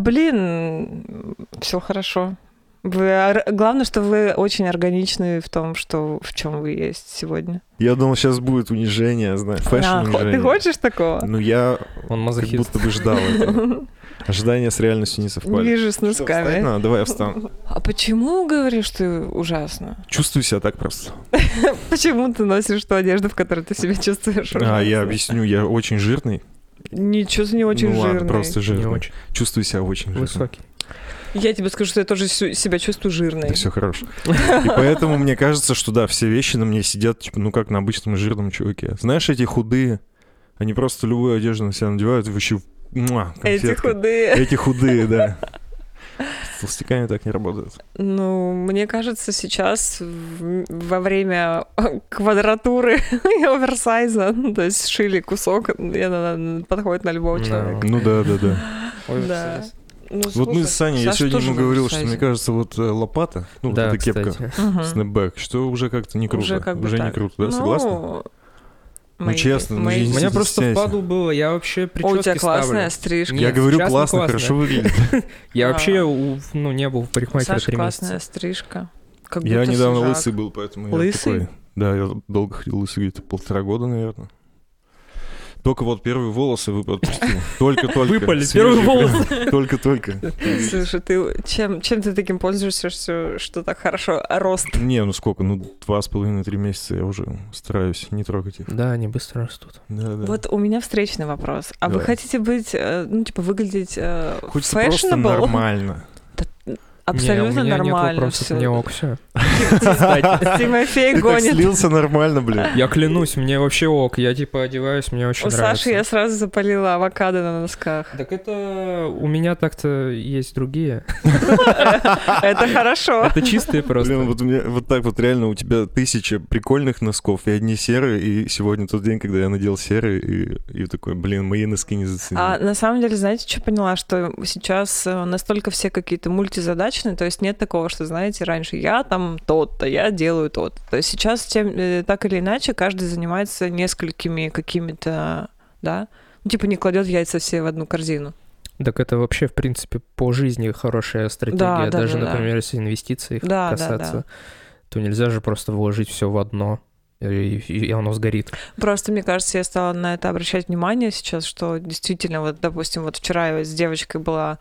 Speaker 2: блин, все хорошо. Вы, ор- главное, что вы очень органичны в том, что в чем вы есть сегодня.
Speaker 1: Я думал, сейчас будет унижение, знаешь,
Speaker 2: А, хо-
Speaker 1: фэшн-унижение.
Speaker 2: ты хочешь такого?
Speaker 1: Ну, я
Speaker 3: Он
Speaker 1: как
Speaker 3: мазохист.
Speaker 1: будто бы ждал этого. Ожидания с реальностью не совпали.
Speaker 2: Вижу с
Speaker 1: Что, встать
Speaker 2: носками.
Speaker 1: надо? Давай я встану.
Speaker 2: А почему говоришь ты ужасно?
Speaker 1: Чувствую себя так просто.
Speaker 2: Почему ты носишь ту одежду, в которой ты себя чувствуешь ужасно?
Speaker 1: А, я объясню, я очень жирный.
Speaker 2: Ничего ты не очень
Speaker 1: ну,
Speaker 2: жирный.
Speaker 1: ладно, просто
Speaker 3: Не
Speaker 1: жирный.
Speaker 3: очень.
Speaker 1: Чувствую себя очень жирным.
Speaker 3: Высокий.
Speaker 2: Я тебе скажу, что я тоже сю- себя чувствую жирной.
Speaker 1: Да все хорошо. И поэтому мне кажется, что да, все вещи на мне сидят, типа, ну как на обычном жирном чуваке. Знаешь, эти худые, они просто любую одежду на себя надевают, и вообще муа,
Speaker 2: Эти
Speaker 1: конфетка.
Speaker 2: худые.
Speaker 1: Эти худые, да. С толстяками так не работает.
Speaker 2: Ну, мне кажется, сейчас в- во время квадратуры и оверсайза, ну, то есть шили кусок, и она на- подходит на любого
Speaker 3: Да.
Speaker 2: человека.
Speaker 1: Ну да, да, да.
Speaker 2: Да. Ну,
Speaker 1: Вот мы
Speaker 2: слушай,
Speaker 1: с Саней, я
Speaker 2: Саша
Speaker 1: сегодня
Speaker 2: тоже
Speaker 1: ему
Speaker 2: в
Speaker 1: говорил, что мне
Speaker 2: оверсайзе.
Speaker 1: кажется, вот э, лопата, ну вот
Speaker 3: Да,
Speaker 1: эта кепка,
Speaker 3: кстати.
Speaker 2: Мгм.
Speaker 1: снэпбэк, что уже как-то не круто.
Speaker 2: Уже как бы
Speaker 1: не
Speaker 2: так.
Speaker 1: круто, да, согласна?
Speaker 2: Ну,
Speaker 1: Ну,
Speaker 2: maybe,
Speaker 1: честно, ну,
Speaker 2: maybe.
Speaker 1: я
Speaker 3: У
Speaker 1: не
Speaker 3: меня просто
Speaker 1: стесняйся.
Speaker 3: впаду было, я вообще
Speaker 2: О,
Speaker 3: прически
Speaker 2: у тебя классная
Speaker 3: ставлю.
Speaker 2: стрижка.
Speaker 1: Я
Speaker 3: Нет,
Speaker 1: говорю,
Speaker 3: сейчас не
Speaker 1: классно,
Speaker 3: классно.
Speaker 1: хорошо выглядит.
Speaker 3: Я
Speaker 2: А.
Speaker 3: вообще, у- ну, не был в парикмахере
Speaker 2: Саша,
Speaker 3: три
Speaker 2: классная
Speaker 3: месяца.
Speaker 2: стрижка. Как
Speaker 1: Я
Speaker 2: будто
Speaker 1: недавно
Speaker 2: свежак.
Speaker 1: лысый был, поэтому
Speaker 2: Лысый?
Speaker 1: я такой... Да, я долго ходил лысый, где-то полтора года, наверное. Только вот первые волосы выпа- отпустил. Только-только.
Speaker 3: Выпали
Speaker 1: Свежие,
Speaker 3: первые
Speaker 1: прям.
Speaker 3: волосы.
Speaker 1: Только-только.
Speaker 2: Слушай, ты чем, чем ты таким пользуешься, что, что так хорошо? А Рост.
Speaker 1: Не, ну сколько, ну два с половиной-три месяца я уже стараюсь не трогать их.
Speaker 3: Да, они быстро растут.
Speaker 1: Да-да.
Speaker 2: Вот у меня встречный вопрос. А вы
Speaker 1: Давай.
Speaker 2: хотите быть, э, ну, типа, выглядеть э,
Speaker 1: Хочется просто
Speaker 2: fashionable?
Speaker 1: нормально.
Speaker 2: Абсолютно
Speaker 3: не, у меня Нет
Speaker 2: нормально
Speaker 3: вопросов,
Speaker 2: все.
Speaker 3: мне ок, все.
Speaker 2: Тимофей
Speaker 1: Ты так
Speaker 2: гонит.
Speaker 1: слился нормально, блин.
Speaker 3: Я клянусь, мне вообще ок, я типа одеваюсь, мне очень
Speaker 2: У
Speaker 3: нравится.
Speaker 2: Саши я сразу запалила авокадо на носках.
Speaker 3: Так это у меня так-то есть другие.
Speaker 2: Это хорошо.
Speaker 3: Это чистые просто.
Speaker 1: Блин, вот, у меня, вот так вот реально у тебя тысяча прикольных носков, и одни серые, и сегодня тот день, когда я надел серые, и, и такой, блин, мои носки не заценили.
Speaker 2: А на самом деле, знаете, что поняла, что сейчас э, настолько все какие-то мультизадачные, то есть нет такого, что, знаете, раньше я там тот-то, я делаю тот. То есть сейчас тем, э, так или иначе каждый занимается несколькими какими-то, да, ну, типа не кладет яйца все в одну корзину.
Speaker 3: Так это вообще, в принципе, по жизни хорошая стратегия.
Speaker 2: Да, да,
Speaker 3: Даже,
Speaker 2: да, да.
Speaker 3: например, если инвестиции
Speaker 2: Да, да,
Speaker 3: касаться,
Speaker 2: да.
Speaker 3: то нельзя же просто вложить все в одно, э, и, и оно сгорит.
Speaker 2: Просто, мне кажется, я стала на это обращать внимание сейчас, что действительно, вот, допустим, вот вчера я с девочкой была,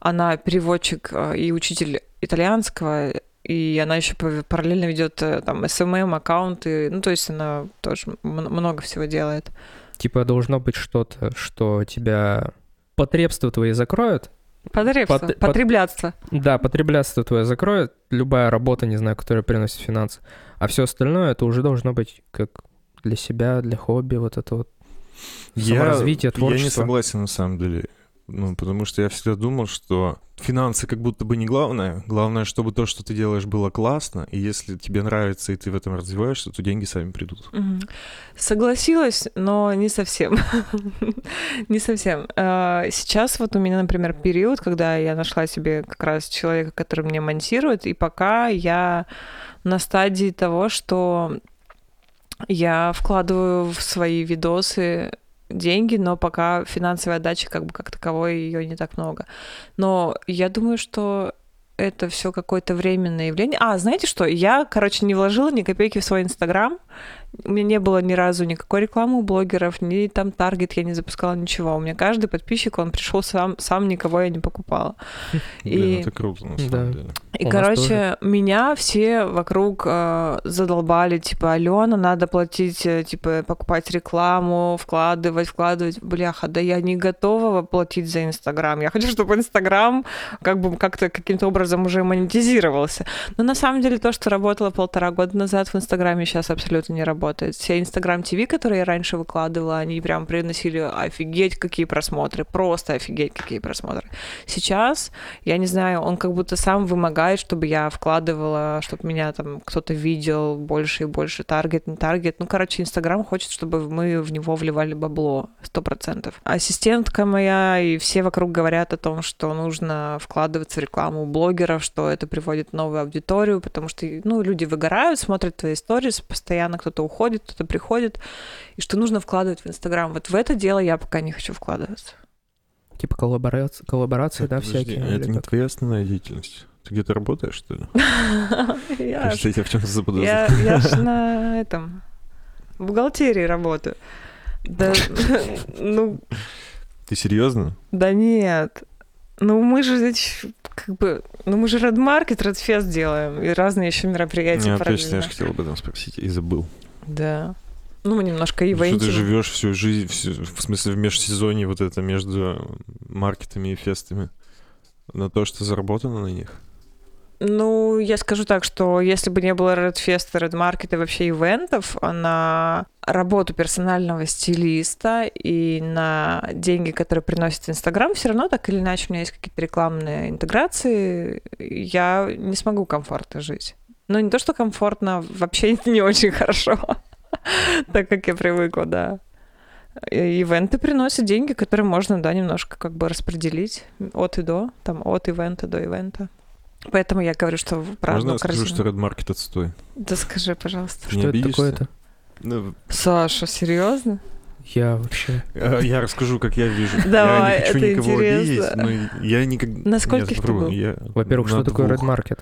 Speaker 2: она переводчик э, и учитель итальянского, и она еще параллельно ведет там СММ, аккаунты, ну, то есть она тоже мн- много всего делает.
Speaker 3: Типа должно быть что-то, что тебя... Потребства твои закроют.
Speaker 2: Потребство,
Speaker 3: Пот- пот-
Speaker 2: потреблятство.
Speaker 3: Да, потреблятство твое закроет. Любая работа, не знаю, которая приносит финансы. А все остальное, это уже должно быть как для себя, для хобби, вот это вот.
Speaker 1: Я
Speaker 3: саморазвитие,
Speaker 1: не
Speaker 3: творчество.
Speaker 1: согласен, на самом деле. Ну, потому что я всегда думал, что финансы как будто бы не главное. Главное, чтобы то, что ты делаешь, было классно. И если тебе нравится, и ты в этом развиваешься, то деньги сами придут.
Speaker 2: Мгм. Согласилась, но не совсем. не совсем. А, Сейчас вот у меня, например, период, когда я нашла себе как раз человека, который мне монтирует, и пока я на стадии того, что я вкладываю в свои видосы деньги, но пока финансовой отдачи как бы как таковой ее не так много. Но я думаю, что это все какое-то временное явление. А, знаете что? Я, короче, не вложила ни копейки в свой Инстаграм, у меня не было ни разу никакой рекламы у блогеров, ни там таргет я не запускала ничего. У меня каждый подписчик, он пришел сам, сам никого я не покупала.
Speaker 1: Блин,
Speaker 2: И-
Speaker 1: это круто, на
Speaker 3: Да.
Speaker 1: самом деле.
Speaker 2: И,
Speaker 3: У нас
Speaker 2: короче, меня все вокруг э, задолбали, типа, Алена, надо платить, э, типа, покупать рекламу, вкладывать, вкладывать. Бляха, да я не готова платить за Инстаграм. Я хочу, чтобы Инстаграм как бы как-то каким-то образом уже монетизировался. Но на самом деле то, что работало полтора года назад в Инстаграме, сейчас абсолютно не работает. Все Инстаграм ТВ, которые я раньше выкладывала, они прям приносили офигеть какие просмотры, просто офигеть какие просмотры. Сейчас, я не знаю, он как будто сам вымогает помогает, чтобы я вкладывала, чтобы меня там кто-то видел больше и больше, таргет, не таргет. Ну, короче, Инстаграм хочет, чтобы мы в него вливали бабло, сто процентов. Ассистентка моя и все вокруг говорят о том, что нужно вкладываться в рекламу блогеров, что это приводит новую аудиторию, потому что, ну, люди выгорают, смотрят твои истории, постоянно кто-то уходит, кто-то приходит, и что нужно вкладывать в Инстаграм. Вот в это дело я пока не хочу вкладываться.
Speaker 3: Типа коллаборации, коллаборации да,
Speaker 1: Подожди,
Speaker 3: всякие.
Speaker 1: а Это
Speaker 3: или
Speaker 1: не
Speaker 3: как?
Speaker 1: твоя основная деятельность? Ты где-то работаешь, что ли?
Speaker 2: Я
Speaker 1: Кажется, я тебя в чем-то заподозрил.
Speaker 2: Я, я ж на этом в бухгалтерии работаю. Да, ну,
Speaker 1: Ты серьезно?
Speaker 2: да нет. Ну мы же ведь как бы, ну мы же Red Market, Red Fest делаем и разные еще мероприятия
Speaker 1: Я точно, я
Speaker 2: параллельно.
Speaker 1: же хотел об этом спросить и забыл.
Speaker 2: Да. Ну мы немножко и
Speaker 1: Ну Что ты живешь всю жизнь, всю- в смысле в межсезонье вот это между маркетами и фестами? На то, что заработано на них?
Speaker 2: Ну, я скажу так, что если бы не было Red Fest, Red Market и вообще ивентов, а на работу персонального стилиста и на деньги, которые приносит Инстаграм, все равно так или иначе у меня есть какие-то рекламные интеграции, я не смогу комфортно жить. Ну, не то, что комфортно, вообще не очень хорошо, так как я привыкла, да. И- Ивенты приносят деньги, которые можно, да, немножко как бы распределить от и до, там, от ивента до ивента. Поэтому я говорю, что в
Speaker 1: Можно
Speaker 2: правду
Speaker 1: я скажу, что Red Market отстой?
Speaker 2: Да скажи, пожалуйста.
Speaker 1: Не
Speaker 3: Что это
Speaker 1: обидишься?
Speaker 3: такое-то?
Speaker 1: Ну,
Speaker 2: Саша, серьезно?
Speaker 3: Я вообще...
Speaker 1: э, я расскажу, как я вижу. я
Speaker 2: Давай,
Speaker 1: не хочу
Speaker 2: это
Speaker 1: никого обидеть,
Speaker 2: интересно.
Speaker 1: но и- я никогда...
Speaker 2: На скольких ты был?
Speaker 3: Во-первых, что такое Red Market?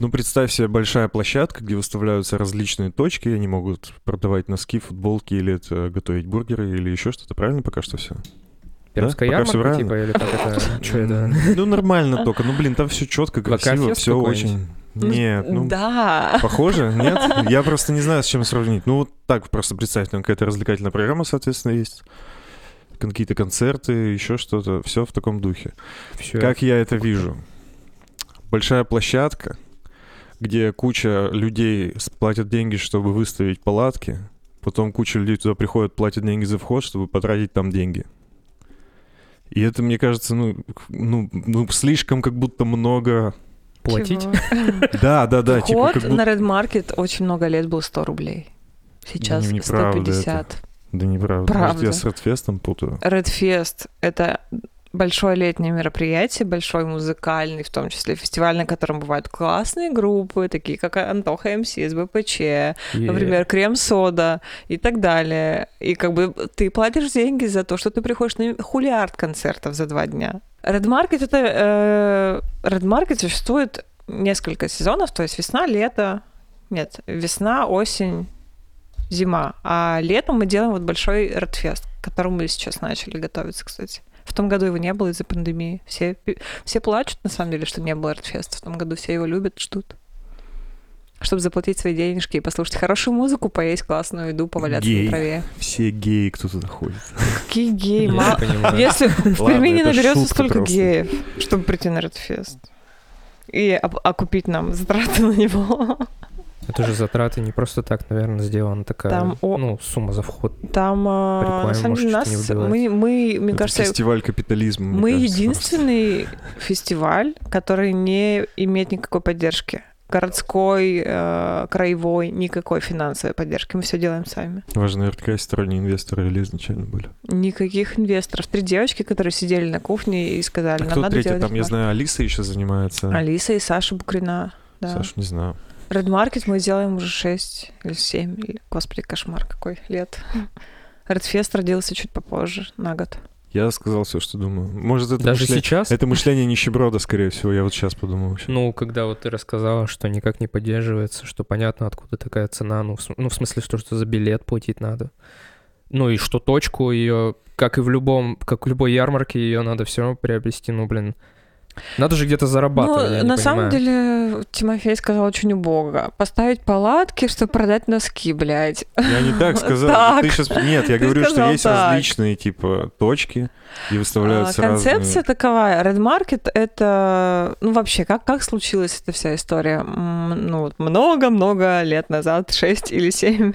Speaker 1: Ну, представь себе большая площадка, где выставляются различные точки, и они могут продавать носки, футболки, или это готовить бургеры, или еще что-то, правильно пока что все?
Speaker 3: Пермская
Speaker 1: Пока всё
Speaker 3: ярмарка,
Speaker 1: правильно.
Speaker 3: типа, или как это? Чё это?
Speaker 1: Ну, нормально только. Ну, блин, там все четко, красиво,
Speaker 3: Локафест
Speaker 1: все
Speaker 3: какой-нибудь?
Speaker 1: очень. Нет, ну,
Speaker 2: Да.
Speaker 1: похоже, нет? Я просто не знаю, с чем сравнить. Ну, вот так просто представь, там какая-то развлекательная программа, соответственно, есть. Кон- Какие-то концерты, еще что-то. Все в таком духе.
Speaker 3: Всё.
Speaker 1: Как я это вижу? Большая площадка, где куча людей с- платят деньги, чтобы выставить палатки. Потом куча людей туда приходят, платят деньги за вход, чтобы потратить там деньги. И это, мне кажется, ну, к- ну, ну слишком как будто много...
Speaker 3: Платить?
Speaker 2: Чего?
Speaker 1: Да, да, да, типа
Speaker 2: Вход
Speaker 1: как
Speaker 2: на
Speaker 1: будто...
Speaker 2: Red Market очень много лет был 100 рублей. Сейчас
Speaker 1: Не- неправда
Speaker 2: 150.
Speaker 1: Да неправда. Может, я
Speaker 2: Правда.
Speaker 1: с Редфестом путаю.
Speaker 2: Red Fest — это большое летнее мероприятие, большой музыкальный, в том числе фестиваль, на котором бывают классные группы, такие как Антоха МС, СБПЧ,
Speaker 3: Е.
Speaker 2: например, крем-сода и так далее. И как бы ты платишь деньги за то, что ты приходишь на хулиард концертов за два дня. Red Market это... э, Red Market существует несколько сезонов, то есть весна, лето... Нет, весна, осень, зима. А летом мы делаем вот большой редфест, к которому мы сейчас начали готовиться, кстати. В том году его не было из-за пандемии. Все, пи- все плачут, на самом деле, что не было редфеста. В том году все его любят, ждут чтобы заплатить свои денежки и послушать хорошую музыку, поесть классную еду, поваляться
Speaker 1: Гей.
Speaker 2: на траве.
Speaker 1: Все геи, кто туда ходит.
Speaker 2: Какие геи,
Speaker 3: Я не
Speaker 2: ма...
Speaker 3: понимаю.
Speaker 2: Если в
Speaker 1: Ладно,
Speaker 2: Перми не
Speaker 1: это
Speaker 2: наберется
Speaker 1: шутка
Speaker 2: столько
Speaker 1: просто.
Speaker 2: геев, чтобы прийти на Редфест. И оп- окупить нам затраты на него.
Speaker 3: Это же затраты не просто так, наверное, сделана такая,
Speaker 2: Там о-
Speaker 3: ну, сумма за вход.
Speaker 2: Там, а,
Speaker 3: Прикольно,
Speaker 2: на самом деле,
Speaker 3: может,
Speaker 2: нас...
Speaker 3: что-то не
Speaker 2: Мы, мы, мне
Speaker 1: Это
Speaker 2: кажется,
Speaker 1: фестиваль капитализма. мне
Speaker 2: мы
Speaker 1: кажется,
Speaker 2: единственный фестиваль, который не имеет никакой поддержки. Городской, э, краевой, никакой финансовой поддержки. Мы все делаем сами.
Speaker 1: просто. Важно, наверняка сторонние инвесторы или изначально были.
Speaker 2: Никаких инвесторов. Три девочки, которые сидели на кухне и сказали,
Speaker 1: А
Speaker 2: нам
Speaker 1: кто
Speaker 2: надо
Speaker 1: третий?
Speaker 2: делать
Speaker 1: Там, я
Speaker 2: Red Market».
Speaker 1: знаю, Алиса еще занимается.
Speaker 2: Алиса и Саша Букрина. Да.
Speaker 1: Сашу не знаю.
Speaker 2: Red Market мы делаем уже 6 или 7. Или... Господи, кошмар какой лет. Редфест родился чуть попозже, на год.
Speaker 1: Я сказал все, что думаю. Может, это,
Speaker 3: Даже
Speaker 1: мышля-
Speaker 3: сейчас,
Speaker 1: это мышление нищеброда, скорее всего. Я вот сейчас подумал. вообще.
Speaker 3: ну, когда вот ты рассказала, что никак не поддерживается, что понятно, откуда такая цена, ну, в, см- ну, в смысле, что, что за билет платить надо. Ну и что точку ее, как и в любом, как в любой ярмарке, ее надо все равно приобрести, ну, блин. Надо же где-то зарабатывать, я
Speaker 2: ну,
Speaker 3: не
Speaker 2: на самом
Speaker 3: понимаю.
Speaker 2: деле, Тимофей сказал очень убого. Поставить палатки, чтобы продать носки, блядь.
Speaker 1: Я не так сказал.
Speaker 2: Так.
Speaker 1: Ты сейчас... Нет, я
Speaker 2: Ты
Speaker 1: говорю, что
Speaker 2: сказал
Speaker 1: есть
Speaker 2: так.
Speaker 1: различные, типа, точки, и выставляются
Speaker 2: А, Концепция
Speaker 1: разные...
Speaker 2: такова. Red Market — это... Ну, вообще, как, как случилась эта вся история? М, Ну, вот много-много лет назад, 6 или 7,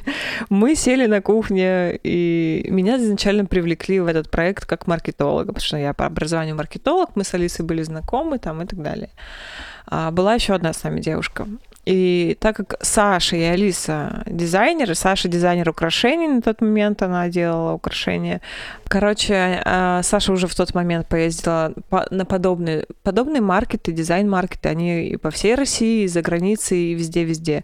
Speaker 2: мы сели на кухне, и меня изначально привлекли в этот проект как маркетолога, потому что я по образованию маркетолог, мы с Алисой были знакомы там и так далее. А, была еще одна с нами девушка. И так как Саша и Алиса дизайнеры, Саша дизайнер украшений на тот момент, она делала украшения. Короче, а, Саша уже в тот момент поездила по- на подобные, подобные маркеты, дизайн-маркеты, они и по всей России, и за границей, и везде-везде.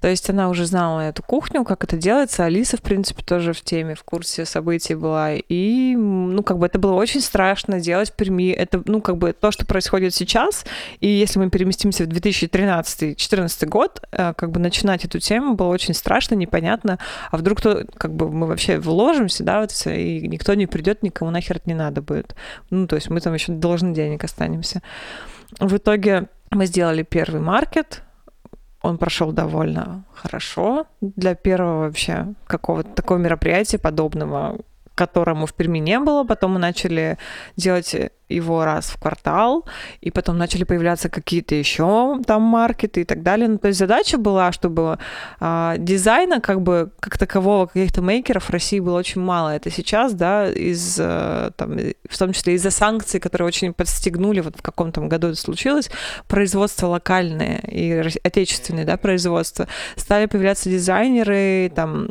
Speaker 2: То есть она уже знала эту кухню, как это делается. Алиса, в принципе, тоже в теме, в курсе событий была. И, м, ну, как бы это было очень страшно делать в Перми. Это, ну, как бы то, что происходит сейчас. И если мы переместимся в 2013-2014 год, э, как бы начинать эту тему было очень страшно, непонятно. А вдруг кто, как бы мы вообще вложимся, да, вот все, и никто не придет, никому нахер это не надо будет. Ну, то есть мы там еще должны денег останемся. В итоге мы сделали первый маркет, он прошел довольно хорошо для первого вообще какого-то такого мероприятия подобного, которому в Перми не было. Потом мы начали делать его раз в квартал, и потом начали появляться какие-то еще там маркеты и так далее. Ну, то есть задача была, чтобы а, дизайна как бы как такового каких-то мейкеров в России было очень мало. Это сейчас, да, из э, там, в том числе из-за санкций, которые очень подстегнули, вот в каком там году это случилось, производство локальное и рос- отечественное, да, производство. Стали появляться дизайнеры, там,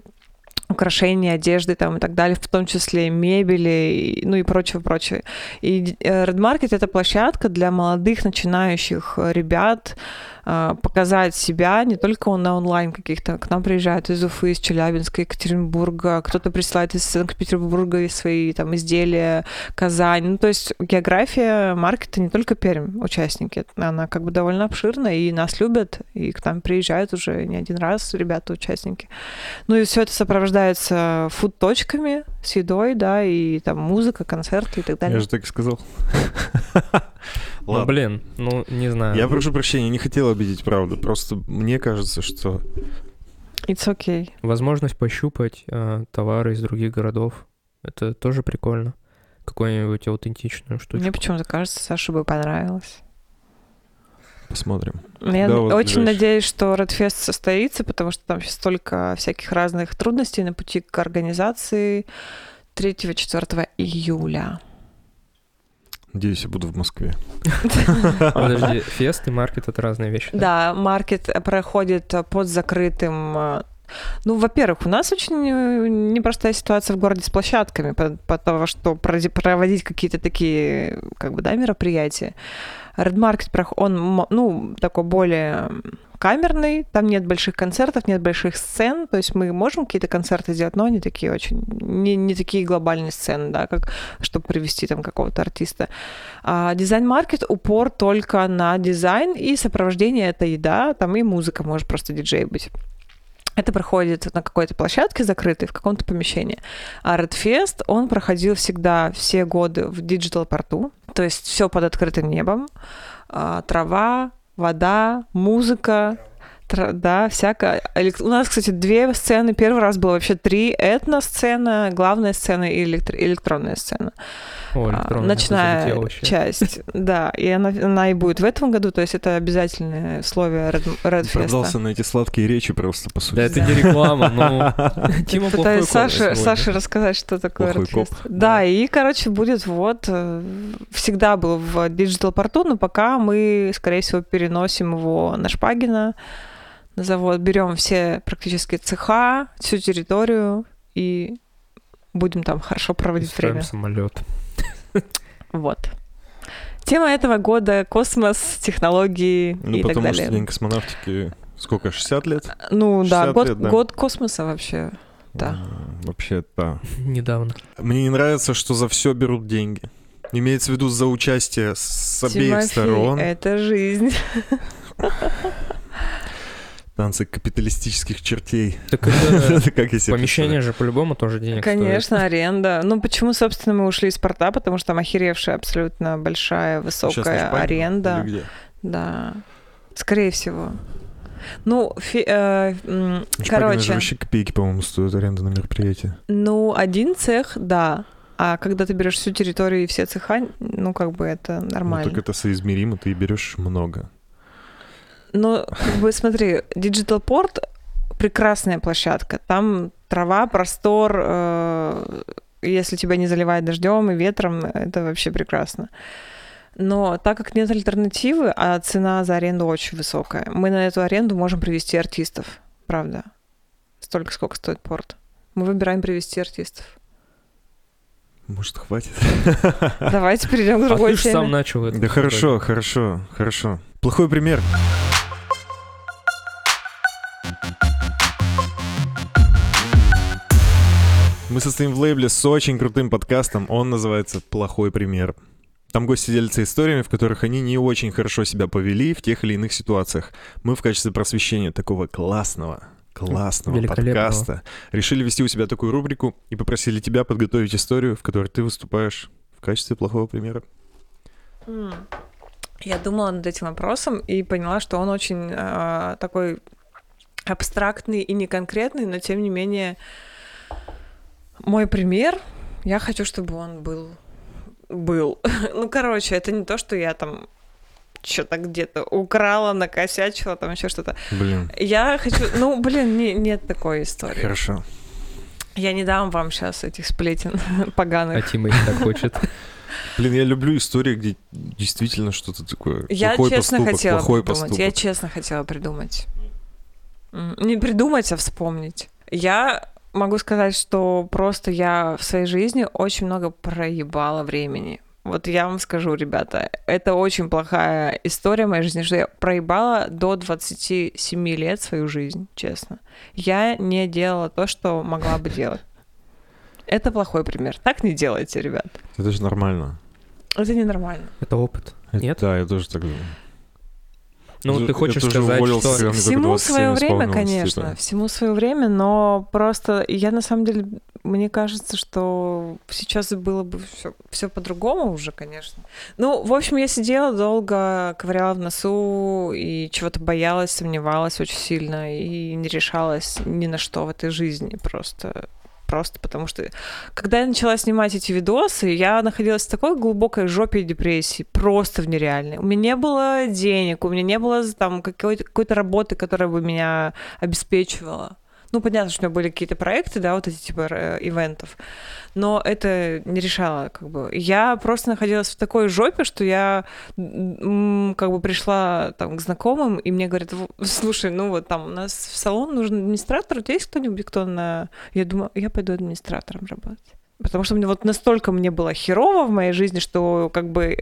Speaker 2: украшения, одежды там и так далее, в том числе мебели, и- ну и прочего, прочего. И э, Red Market — это площадка для молодых начинающих э, ребят э, показать себя не только на онлайн каких-то. К нам приезжают из Уфы, из Челябинска, Екатеринбурга, кто-то присылает из Санкт-Петербурга свои там изделия, Казань. Ну, то есть география маркета не только Пермь, участники. Она как бы довольно обширна, и нас любят, и к нам приезжают уже не один раз ребята-участники. Ну и все это сопровождается фуд-точками с едой, да, и там музыка, концерты и так далее.
Speaker 1: Я же так и сказал.
Speaker 3: Ну,
Speaker 1: Ладно.
Speaker 3: блин, ну, не знаю.
Speaker 1: Я прошу прощения, не хотел обидеть, правда. Просто мне кажется, что...
Speaker 2: It's okay.
Speaker 3: Возможность пощупать э, товары из других городов. Это тоже прикольно. Какую-нибудь аутентичную штучку.
Speaker 2: Мне почему-то кажется, Саше бы понравилось.
Speaker 1: Посмотрим.
Speaker 2: Я
Speaker 1: Да,
Speaker 2: н-
Speaker 1: вот
Speaker 2: очень
Speaker 1: ближайший.
Speaker 2: надеюсь, что Redfest состоится, потому что там сейчас столько всяких разных трудностей на пути к организации 3-4 июля.
Speaker 1: Надеюсь, я буду в Москве.
Speaker 3: Подожди, фест и маркет — это разные вещи.
Speaker 2: Да, маркет э, проходит э, под закрытым. э, Ну, во-первых, у нас очень э, непростая ситуация в городе с площадками, по- потому что проди- проводить какие-то такие, э, как бы, да, мероприятия. Red Market, прох- он, м- ну, такой более камерный, там нет больших концертов, нет больших сцен, то есть мы можем какие-то концерты сделать, но они такие очень, не, не такие глобальные сцены, да, как, чтобы привести там какого-то артиста. А, Дизайн-маркет упор только на дизайн и сопровождение это еда, там и музыка, может просто диджей быть. Это проходит на какой-то площадке закрытой, в каком-то помещении. А Redfest, он проходил всегда все годы в диджитал-порту, то есть все под открытым небом. А, Трава, вода, музыка, тра- да, всякое. Элек- У нас, кстати, две сцены. Первый раз было вообще три. Этно-сцена, главная сцена и электр- электронная сцена
Speaker 3: О,
Speaker 2: а,
Speaker 3: электронная, это
Speaker 2: ночная
Speaker 3: залетело вообще.
Speaker 2: часть, да, и она, она и будет в этом году, то есть это обязательное условие Red, Redfest.
Speaker 1: Продался на эти сладкие речи просто, по сути.
Speaker 3: Да это не реклама, ну... Тима плохой
Speaker 2: Пытаюсь
Speaker 3: коп на
Speaker 2: Саше,
Speaker 3: сегодня.
Speaker 2: Саше рассказать, что такое
Speaker 1: Плохой коп.
Speaker 2: Redfest. Да, и, короче, будет вот... э, Всегда был в диджитал-порту, но пока мы, скорее всего, переносим его на Шпагина, на завод, берем все практически цеха, всю территорию и будем там хорошо
Speaker 3: И
Speaker 2: проводить
Speaker 3: строим
Speaker 2: время.
Speaker 3: самолет.
Speaker 2: Вот. Тема этого года — космос, технологии
Speaker 1: Ну,
Speaker 2: и так
Speaker 1: потому
Speaker 2: далее.
Speaker 1: что День космонавтики... Сколько, 60 лет?
Speaker 2: Ну да
Speaker 1: 60
Speaker 2: год,
Speaker 1: лет, да.
Speaker 2: год космоса вообще. Да.
Speaker 1: М, Вообще, да.
Speaker 3: Недавно.
Speaker 1: Мне не нравится, что за все берут деньги. Имеется в виду за участие с обеих
Speaker 2: Тимофей, э,
Speaker 1: сторон.
Speaker 2: это жизнь.
Speaker 1: Танцы капиталистических чертей.
Speaker 3: Так это...
Speaker 1: Как я себе
Speaker 3: Помещение же по-любому тоже денег
Speaker 2: Конечно, аренда. Ну почему, собственно, мы ушли из порта? Потому что там охеревшая абсолютно большая,
Speaker 1: представляю. Сейчас
Speaker 2: высокая
Speaker 1: на Шпагина
Speaker 2: аренда.
Speaker 1: или где?
Speaker 2: Да. Скорее всего. Ну, фи- э, м,
Speaker 1: На Шпагина же
Speaker 2: короче,
Speaker 1: вообще копейки, по-моему, стоит аренда на мероприятие.
Speaker 2: ну, один цех, да. А когда ты берешь всю территорию и все цеха, ну, как бы это
Speaker 1: Ну,
Speaker 2: нормально.
Speaker 1: так это соизмеримо, ты и берешь много.
Speaker 2: Ну, как бы смотри, Digital Port прекрасная площадка. Там трава, простор, э, если тебя не заливает дождем и ветром, это вообще прекрасно. Но так как нет альтернативы, а цена за аренду очень высокая, мы на эту аренду можем привести артистов, правда. Столько, сколько стоит порт. Мы выбираем привести артистов.
Speaker 1: Может, хватит?
Speaker 2: Давайте перейдем к
Speaker 3: А
Speaker 2: другой
Speaker 3: ты же сам
Speaker 2: теме.
Speaker 3: начал это.
Speaker 1: Да хорошо, хорошо, хорошо. Плохой пример. Мы состоим в лейбле с очень крутым подкастом. Он называется «Плохой пример». Там гости делятся историями, в которых они не очень хорошо себя повели в тех или иных ситуациях. Мы в качестве просвещения такого классного, классного
Speaker 3: Великолепного.
Speaker 1: подкаста решили вести у себя такую рубрику и попросили тебя подготовить историю, в которой ты выступаешь в качестве плохого примера.
Speaker 2: М. Я думала над этим вопросом и поняла, что он очень э, такой абстрактный и неконкретный, но тем не менее мой пример. Я хочу, чтобы он был был. ну, короче, это не то, что я там что-то где-то украла, накосячила, там еще что-то.
Speaker 1: Блин.
Speaker 2: Я хочу... Ну, блин, не- нет такой истории.
Speaker 1: Хорошо.
Speaker 2: Я не дам вам сейчас этих сплетен
Speaker 3: А
Speaker 2: поганых.
Speaker 3: Тима не так хочет.
Speaker 1: Блин, я люблю истории, где действительно что-то такое.
Speaker 2: Я
Speaker 1: плохой
Speaker 2: честно
Speaker 1: поступок,
Speaker 2: хотела
Speaker 1: плохой
Speaker 2: придумать.
Speaker 1: поступок.
Speaker 2: Я честно хотела придумать. М, Не придумать, а вспомнить. Я могу сказать, что просто я в своей жизни очень много проебала времени. Вот я вам скажу, ребята, это очень плохая история моей жизни, что я проебала до 27 лет свою жизнь, честно. Я не делала то, что могла бы делать. Это плохой пример. Так не делайте, ребят.
Speaker 1: Это же нормально.
Speaker 2: Это ненормально.
Speaker 3: Это опыт.
Speaker 1: Это-
Speaker 3: Нет?
Speaker 1: Да, я тоже так думаю.
Speaker 3: Ну,
Speaker 1: Это-
Speaker 3: ты хочешь
Speaker 1: это же
Speaker 3: сказать,
Speaker 1: уволился.
Speaker 3: что...
Speaker 1: Прям не только
Speaker 2: Всему
Speaker 1: 27
Speaker 2: свое время,
Speaker 1: исполнилось,
Speaker 2: конечно.
Speaker 1: типа.
Speaker 2: Всему свое время, но просто я на самом деле, мне кажется, что сейчас было бы все, по-другому уже, конечно. Ну, в общем, я сидела долго, ковыряла в носу и чего-то боялась, сомневалась очень сильно и не решалась ни на что в этой жизни просто. Просто потому что когда я начала снимать эти видосы, я находилась в такой глубокой жопе и депрессии, просто в нереальной. У меня не было денег, у меня не было там какой-то, какой-то работы, которая бы меня обеспечивала. Ну, понятно, что у меня были какие-то проекты, да, вот эти типа э, ивентов, но это не решало, как бы. Я просто находилась в такой жопе, что я м, как бы пришла там к знакомым, и мне говорят, «В- слушай, ну вот там у нас в салон нужен администратор, у тебя есть кто-нибудь, кто на я думаю, я пойду администратором работать. Потому что мне вот настолько мне было херово в моей жизни, что как бы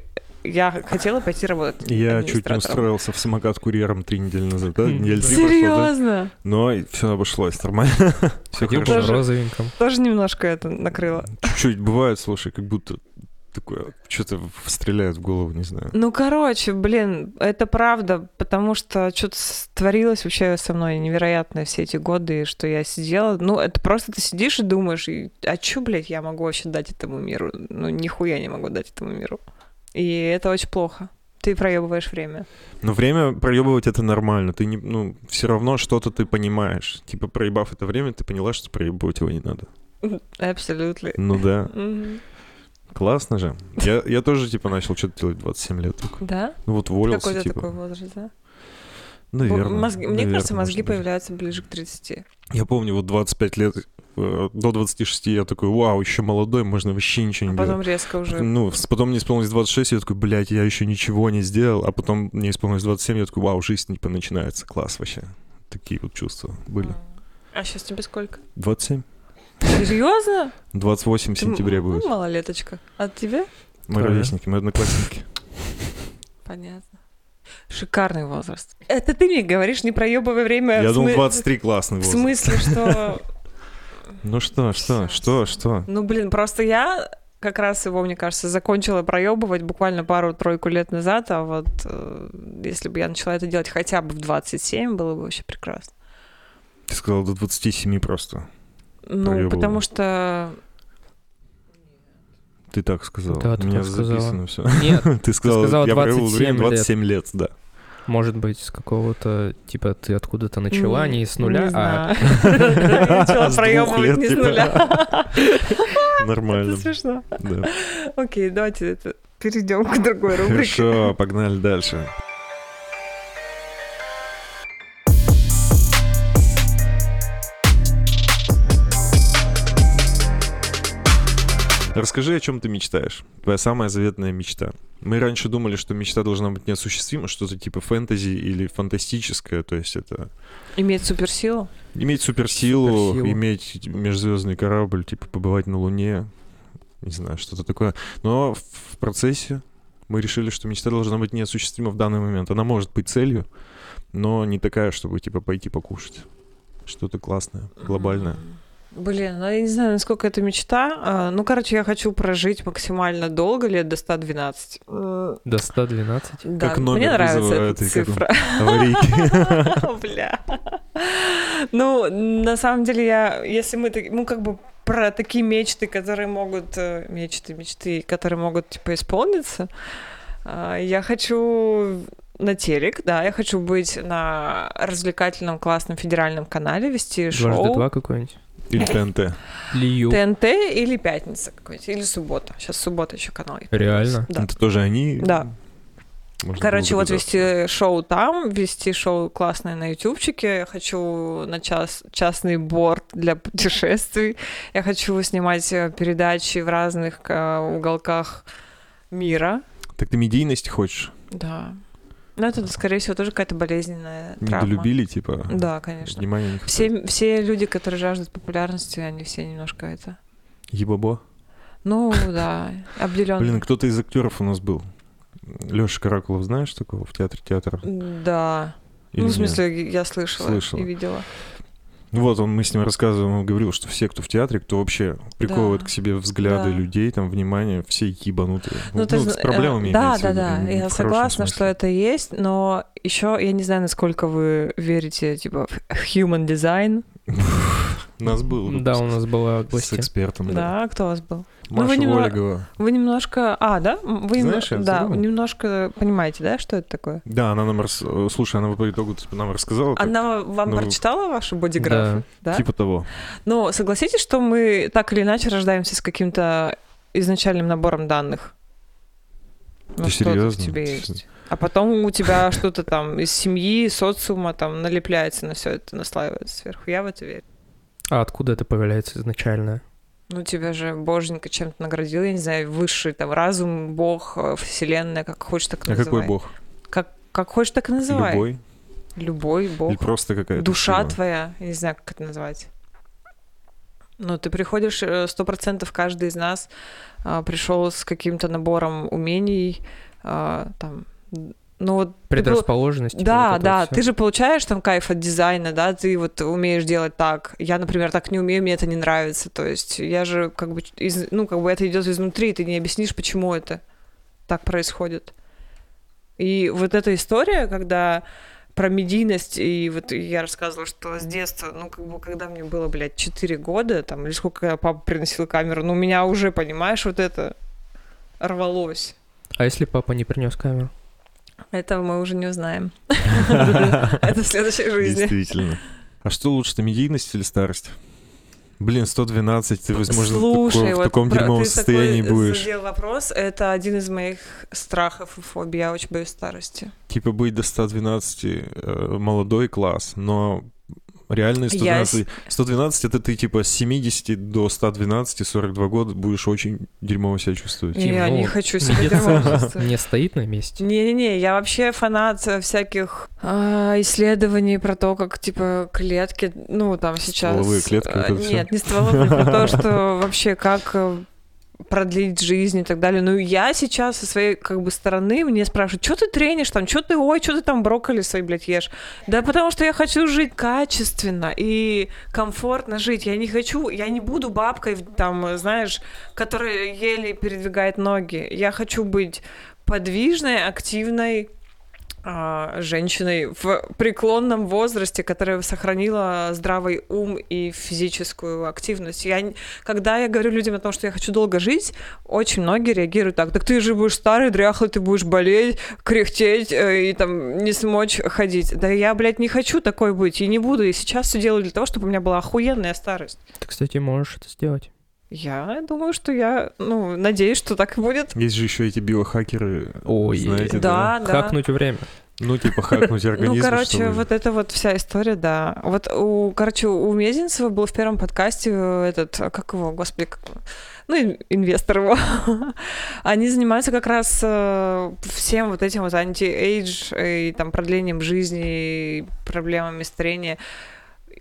Speaker 2: я хотела пойти
Speaker 1: Я
Speaker 2: работать.
Speaker 1: чуть не
Speaker 2: администратором.
Speaker 1: устроился в самокат курьером три недели назад, да?
Speaker 3: М,
Speaker 1: Недель три прошло, да?
Speaker 2: Серьезно?
Speaker 1: Но все обошлось нормально. Все
Speaker 3: Ходил
Speaker 1: хорошо.
Speaker 3: бы
Speaker 2: Тоже.
Speaker 3: розовеньким.
Speaker 2: Тоже немножко это накрыло.
Speaker 1: Чуть-чуть бывает, слушай, как будто такое что-то стреляет в голову, не знаю.
Speaker 2: Ну, короче, блин, это правда, потому что что-то творилось вообще со мной невероятно все эти годы, что я сидела. Ну, это просто ты сидишь и думаешь, и, а чё, блядь, я могу вообще дать этому миру? Ну, нихуя не могу дать этому миру. И это очень плохо. Ты проебываешь время.
Speaker 1: Но время проебывать это нормально. Ты не, ну, все равно что-то ты понимаешь. Типа, проебав это время, ты поняла, что проебывать его не надо.
Speaker 2: Абсолютно.
Speaker 1: Ну да.
Speaker 2: Мгм.
Speaker 1: Классно же. Я, я тоже, типа, начал что-то делать в 27 лет только.
Speaker 2: Да?
Speaker 1: Ну вот уволился,
Speaker 2: Какой-то
Speaker 1: типа.
Speaker 2: такой возраст, да?
Speaker 1: Наверное.
Speaker 2: Мозги- Мне
Speaker 1: наверное,
Speaker 2: кажется, мозги
Speaker 1: может быть.
Speaker 2: появляются ближе к а 30.
Speaker 1: Я помню, вот 25 лет, э, до 26 я такой, вау, еще молодой, можно вообще ничего
Speaker 2: А
Speaker 1: не
Speaker 2: потом
Speaker 1: делать.
Speaker 2: резко уже.
Speaker 1: Ну, с- потом мне исполнилось 26, я такой, блядь, я еще ничего не сделал. А потом мне исполнилось 27, я такой, вау, жизнь типа начинается, класс вообще. Такие вот чувства были.
Speaker 2: М. А сейчас тебе сколько?
Speaker 1: 27?
Speaker 2: Серьезно?
Speaker 1: 28
Speaker 2: Ты м-
Speaker 1: сентября
Speaker 2: ну,
Speaker 1: будет.
Speaker 2: малолеточка. А тебе?
Speaker 1: Мы
Speaker 3: Правильно.
Speaker 1: ровесники, мы одноклассники.
Speaker 2: Понятно. Шикарный возраст. Это ты мне говоришь, не проебывай время.
Speaker 1: Я
Speaker 2: Э, в
Speaker 1: думал,
Speaker 2: смы-
Speaker 1: 23 классный
Speaker 2: В
Speaker 1: возраст.
Speaker 2: смысле, что...
Speaker 1: Ну что, что, что,
Speaker 2: Всё,
Speaker 1: что?
Speaker 2: Ну, блин, просто я как раз его, мне кажется, закончила проебывать буквально пару-тройку лет назад, а вот э, если бы я начала это делать хотя бы в 27, было бы вообще прекрасно.
Speaker 1: Ты сказал до 27 просто.
Speaker 2: Ну,
Speaker 1: Проёбывала.
Speaker 2: потому что
Speaker 1: Ты так сказал.
Speaker 3: Да,
Speaker 1: У
Speaker 3: ты
Speaker 1: меня
Speaker 3: так сказала.
Speaker 1: записано все.
Speaker 3: Нет,
Speaker 1: Ты сказал,
Speaker 3: сказала
Speaker 1: я провел
Speaker 3: 27
Speaker 1: время
Speaker 3: лет.
Speaker 1: 27 лет, да.
Speaker 3: может быть, с какого-то... Типа, ты откуда-то начала,
Speaker 2: М,
Speaker 3: не с нуля,
Speaker 2: не
Speaker 3: а...
Speaker 2: знаю. Я начала
Speaker 1: С двух
Speaker 2: проебывать
Speaker 1: лет,
Speaker 2: не с
Speaker 1: типа.
Speaker 2: нуля. Это
Speaker 1: Нормально.
Speaker 2: смешно.
Speaker 1: да.
Speaker 2: Окей, давайте это перейдем к другой рубрике.
Speaker 1: Хорошо, погнали дальше. Расскажи, о чем ты мечтаешь. Твоя самая заветная мечта. Мы раньше думали, что мечта должна быть неосуществима, что-то типа фэнтези или фантастическое, то есть это
Speaker 2: Иметь суперсилу?
Speaker 1: иметь суперсилу,
Speaker 3: Суперсилу.
Speaker 1: иметь межзвездный корабль, типа побывать на Луне, не знаю, что-то такое. Но в процессе мы решили, что мечта должна быть неосуществима в данный момент. Она может быть целью, но не такая, чтобы типа пойти покушать. Что-то классное, глобальное.
Speaker 2: Блин, ну я не знаю, насколько это мечта. А, Ну, короче, я хочу прожить максимально долго, лет до 112. М,
Speaker 3: До 112?
Speaker 2: Да,
Speaker 1: Как номер
Speaker 2: мне нравится
Speaker 1: вызова
Speaker 2: эта
Speaker 1: этой, как он,
Speaker 2: цифра.
Speaker 1: Аварийки.
Speaker 2: Бля. Ну, на самом деле, я, если мы, так- ну, как бы про такие мечты, которые могут, э, мечты, мечты, которые могут, типа, исполниться, а, я хочу на телек, да, я хочу быть на развлекательном классном федеральном канале, вести
Speaker 3: Дважды
Speaker 2: шоу.
Speaker 3: два какой-нибудь?
Speaker 1: Или ТНТ.
Speaker 3: Лью.
Speaker 2: ТНТ или пятница какой-нибудь, или суббота. Сейчас суббота еще канал. есть.
Speaker 3: Реально?
Speaker 2: Да.
Speaker 1: Это тоже они.
Speaker 2: Да.
Speaker 1: Можно
Speaker 2: Короче,
Speaker 1: было
Speaker 2: вот
Speaker 1: догадаться.
Speaker 2: вести шоу там, вести шоу классное на ютубчике. Я хочу на час, частный борт для путешествий. Я хочу снимать э, передачи в разных э, уголках мира.
Speaker 1: Так ты медийность хочешь?
Speaker 2: Да. Но это, скорее всего, тоже какая-то болезненная травма.
Speaker 1: Недолюбили, типа?
Speaker 2: Да, конечно.
Speaker 1: Внимания не хватает.
Speaker 2: Все, все люди, которые жаждут популярности, они все немножко это...
Speaker 1: Ебабо.
Speaker 2: Ну, да,
Speaker 1: Блин,
Speaker 2: обделенные.
Speaker 1: кто-то из актеров у нас был. Леша Каракулов, знаешь такого в театре театра?
Speaker 2: Да.
Speaker 1: Или
Speaker 2: ну, в
Speaker 1: нет?
Speaker 2: смысле, я слышала,
Speaker 1: Слышала.
Speaker 2: и видела.
Speaker 1: Ну Вот он, мы с ним рассказываем, он говорил, что все, кто в театре, кто вообще приковывает к себе взгляды
Speaker 2: Да.
Speaker 1: людей, там, внимание, все ебанутые. Ну,
Speaker 2: ты зна-
Speaker 1: с проблемами
Speaker 2: э, Да,
Speaker 1: имеется
Speaker 2: да,
Speaker 1: в виду,
Speaker 2: да.
Speaker 1: не в
Speaker 2: Я
Speaker 1: хорошем
Speaker 2: согласна,
Speaker 1: смысле.
Speaker 2: что это есть, но еще я не знаю, насколько вы верите, типа, в human design.
Speaker 1: У нас был
Speaker 3: Да,
Speaker 1: выпуск
Speaker 3: у нас была
Speaker 1: с
Speaker 3: гостья.
Speaker 1: экспертом. Да.
Speaker 2: Да. кто у вас был? Ну, вы
Speaker 1: Маша
Speaker 2: немного-
Speaker 1: Волегова.
Speaker 2: Вы немножко. А, да? Вы нем-
Speaker 1: Знаешь, я
Speaker 2: да,
Speaker 1: забыл.
Speaker 2: немножко понимаете, да, что это такое?
Speaker 1: Да, она нам... рас- э, Слушай, она по итогу нам рассказала. как-
Speaker 2: Она вам
Speaker 1: ну,
Speaker 2: прочитала ваши бодиграфы? Да.
Speaker 1: Типа того.
Speaker 2: Но согласитесь, что мы так или иначе рождаемся с каким-то изначальным набором данных. Ну,
Speaker 1: Ты
Speaker 2: что-то в
Speaker 1: серьёзно?
Speaker 2: тебе
Speaker 1: Ты
Speaker 2: есть. А потом у тебя что-то там из семьи, социума там налепляется на все это, наслаивается сверху. Я в это верю.
Speaker 3: А откуда это появляется изначально?
Speaker 2: Ну, тебя же боженька чем-то наградил, я не знаю, высший там разум, бог, э, вселенная, как хочешь, так и
Speaker 1: А
Speaker 2: называй.
Speaker 1: какой бог?
Speaker 2: Как, как хочешь, так и называй.
Speaker 1: Любой?
Speaker 2: Любой бог.
Speaker 1: Или просто какая-то
Speaker 2: Душа
Speaker 1: сила?
Speaker 2: твоя, я не знаю, как это назвать. Но ты приходишь, э, сто процентов каждый из нас а, пришел с каким-то набором умений, а, там, н- ну вот ты был-
Speaker 3: Предрасположенность? типа,
Speaker 2: да,
Speaker 3: вот это
Speaker 2: да,
Speaker 3: всё?
Speaker 2: ты же получаешь там кайф от дизайна, да, ты вот умеешь делать так. Я, например, так не умею, мне это не нравится. То есть я же как бы, из- ну, как бы это идет изнутри, ты не объяснишь, почему это так происходит. И вот эта история, когда про медийность, и вот я рассказывала, что с детства, ну, как бы, когда мне было, блядь, 4 года, там, или сколько я папа приносил камеру, ну, у меня уже, понимаешь, вот это рвалось.
Speaker 3: А если папа не принес камеру?
Speaker 2: Этого мы уже не узнаем. Это в следующей жизни.
Speaker 1: Действительно. А что лучше, медийность или старость? Блин, 112, ты, возможно,
Speaker 2: Слушай,
Speaker 1: такой-
Speaker 2: вот
Speaker 1: в таком
Speaker 2: про-
Speaker 1: дерьмовом
Speaker 2: ты такой
Speaker 1: состоянии будешь.
Speaker 2: задел вопрос. Это один из моих страхов и фобий. Я очень боюсь старости.
Speaker 1: Типа быть до 112 э, молодой класс, но реальные
Speaker 2: Я
Speaker 1: 112... 112 это ты типа с 70 до 112, 42 года будешь очень дерьмово себя чувствовать.
Speaker 3: Тим,
Speaker 2: я
Speaker 3: ну,
Speaker 2: не хочу себя
Speaker 3: Медицина
Speaker 2: дерьмово чувствовать.
Speaker 3: не стоит на месте.
Speaker 2: Не-не-не, я вообще фанат э, всяких а, исследований про то, как, типа, клетки, ну, там сейчас...
Speaker 1: Стволовые клетки, вот
Speaker 2: а,
Speaker 1: это всё.
Speaker 2: Нет, не стволовые, про то, что вообще как э, продлить жизнь и так далее. Ну, я сейчас со своей, как бы, стороны, мне спрашивают, что ты тренишь там, что ты, ой, что ты там брокколи свои, блядь, ешь? Да потому что я хочу жить качественно и комфортно жить. Я не хочу, я не буду бабкой, там, знаешь, которая еле передвигает ноги. Я хочу быть подвижной, активной а, женщиной в преклонном возрасте, которая сохранила здравый ум и физическую активность. Я, н- когда я говорю людям о том, что я хочу долго жить, очень многие реагируют так. Так ты же будешь старый, дряхлый, ты будешь болеть, кряхтеть э, и там не смочь ходить. Да я, блядь, не хочу такой быть и не буду. И сейчас все делаю для того, чтобы у меня была охуенная старость.
Speaker 3: Ты, кстати, можешь это сделать.
Speaker 2: Я думаю, что я, ну, надеюсь, что так и будет.
Speaker 1: Есть же еще эти биохакеры,
Speaker 3: Ой,
Speaker 1: знаете,
Speaker 2: А, да, да.
Speaker 3: Хакнуть время.
Speaker 1: Ну, типа, хакнуть организм.
Speaker 2: Ну,
Speaker 1: что
Speaker 2: короче,
Speaker 1: ли?
Speaker 2: вот это вот вся история, да. Вот, у, короче, у Мезенцева был в первом подкасте этот, а, как его, господи, как... его? ну, ин- инвестор его. Они занимаются как раз э, всем вот этим вот анти-эйдж э, и там продлением жизни, и проблемами старения.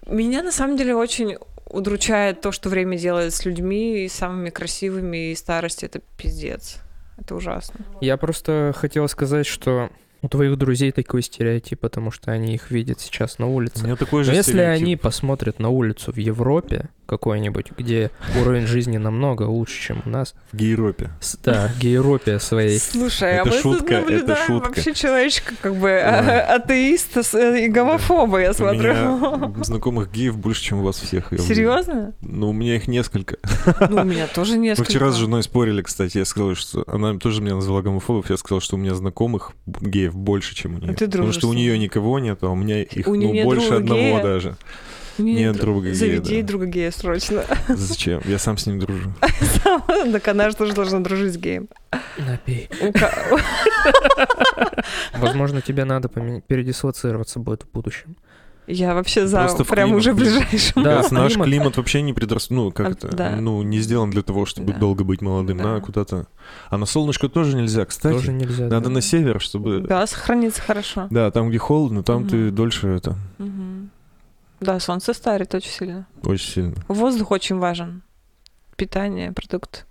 Speaker 2: Меня на самом деле очень удручает то, что время делает с людьми и самыми красивыми, и старость — это пиздец. Это ужасно.
Speaker 3: Я просто хотел сказать, что у твоих друзей такой стереотип, потому что они их видят сейчас на
Speaker 1: У
Speaker 3: улице.
Speaker 1: меня такой же
Speaker 3: Но если
Speaker 1: стереотип.
Speaker 3: они посмотрят на улицу в Европе какой-нибудь, где уровень жизни намного лучше, чем у нас,
Speaker 1: В Гейропе.
Speaker 3: с- да, гейропия своей,
Speaker 2: Слушай, а
Speaker 1: Это
Speaker 2: мы тут
Speaker 1: шутка, это
Speaker 2: наблюдаем
Speaker 1: шутка.
Speaker 2: вообще человечка, как бы
Speaker 1: Да.
Speaker 2: а- атеиста с- и гомофоба, я
Speaker 1: У
Speaker 2: смотрю.
Speaker 1: меня знакомых геев больше, чем у вас всех. я уверен.
Speaker 2: Серьезно?
Speaker 1: Ну, у меня их несколько.
Speaker 2: Ну, у меня тоже
Speaker 1: Мы
Speaker 2: несколько.
Speaker 1: вчера с женой спорили, кстати. Я сказал, что... Она тоже меня назвала гомофобов. Я сказал, что у меня знакомых геев больше, чем у нее.
Speaker 2: А Ты
Speaker 1: Потому
Speaker 2: дружишь
Speaker 1: что у
Speaker 2: с ним?
Speaker 1: нее никого нет, а у меня их
Speaker 2: У
Speaker 1: ну,
Speaker 2: нее
Speaker 1: больше
Speaker 2: друга
Speaker 1: одного
Speaker 2: гея?
Speaker 1: даже.
Speaker 2: У меня
Speaker 1: Нет
Speaker 2: друг-
Speaker 1: друга гея,
Speaker 2: Заведи
Speaker 1: да.
Speaker 2: друга гея срочно.
Speaker 1: Зачем? Я сам с ним дружу.
Speaker 2: Так она же тоже должна дружить с геем.
Speaker 3: напей.
Speaker 2: У ка-
Speaker 3: Возможно, тебе надо помен- передислоцироваться будет в будущем.
Speaker 2: Я вообще за
Speaker 1: Просто в
Speaker 2: прям
Speaker 1: климат
Speaker 2: уже
Speaker 1: будет.
Speaker 2: ближайшим.
Speaker 3: Да,
Speaker 1: Кажется, наш
Speaker 3: климат.
Speaker 1: климат вообще не предрас... Ну, как
Speaker 2: А,
Speaker 1: это?
Speaker 2: да.
Speaker 1: Ну, не сделан для того, чтобы
Speaker 2: Да.
Speaker 1: долго быть молодым.
Speaker 2: Да.
Speaker 1: Надо куда-то... А на солнышко тоже нельзя, кстати.
Speaker 3: Тоже нельзя.
Speaker 1: Надо
Speaker 3: да.
Speaker 1: на север, чтобы... Да.
Speaker 2: Да, сохранится хорошо.
Speaker 1: там, где холодно, там ты
Speaker 2: Мгм.
Speaker 1: дольше это...
Speaker 2: Мгм. Да, солнце старит очень сильно.
Speaker 1: Очень сильно.
Speaker 2: Воздух очень важен. Питание, продукт.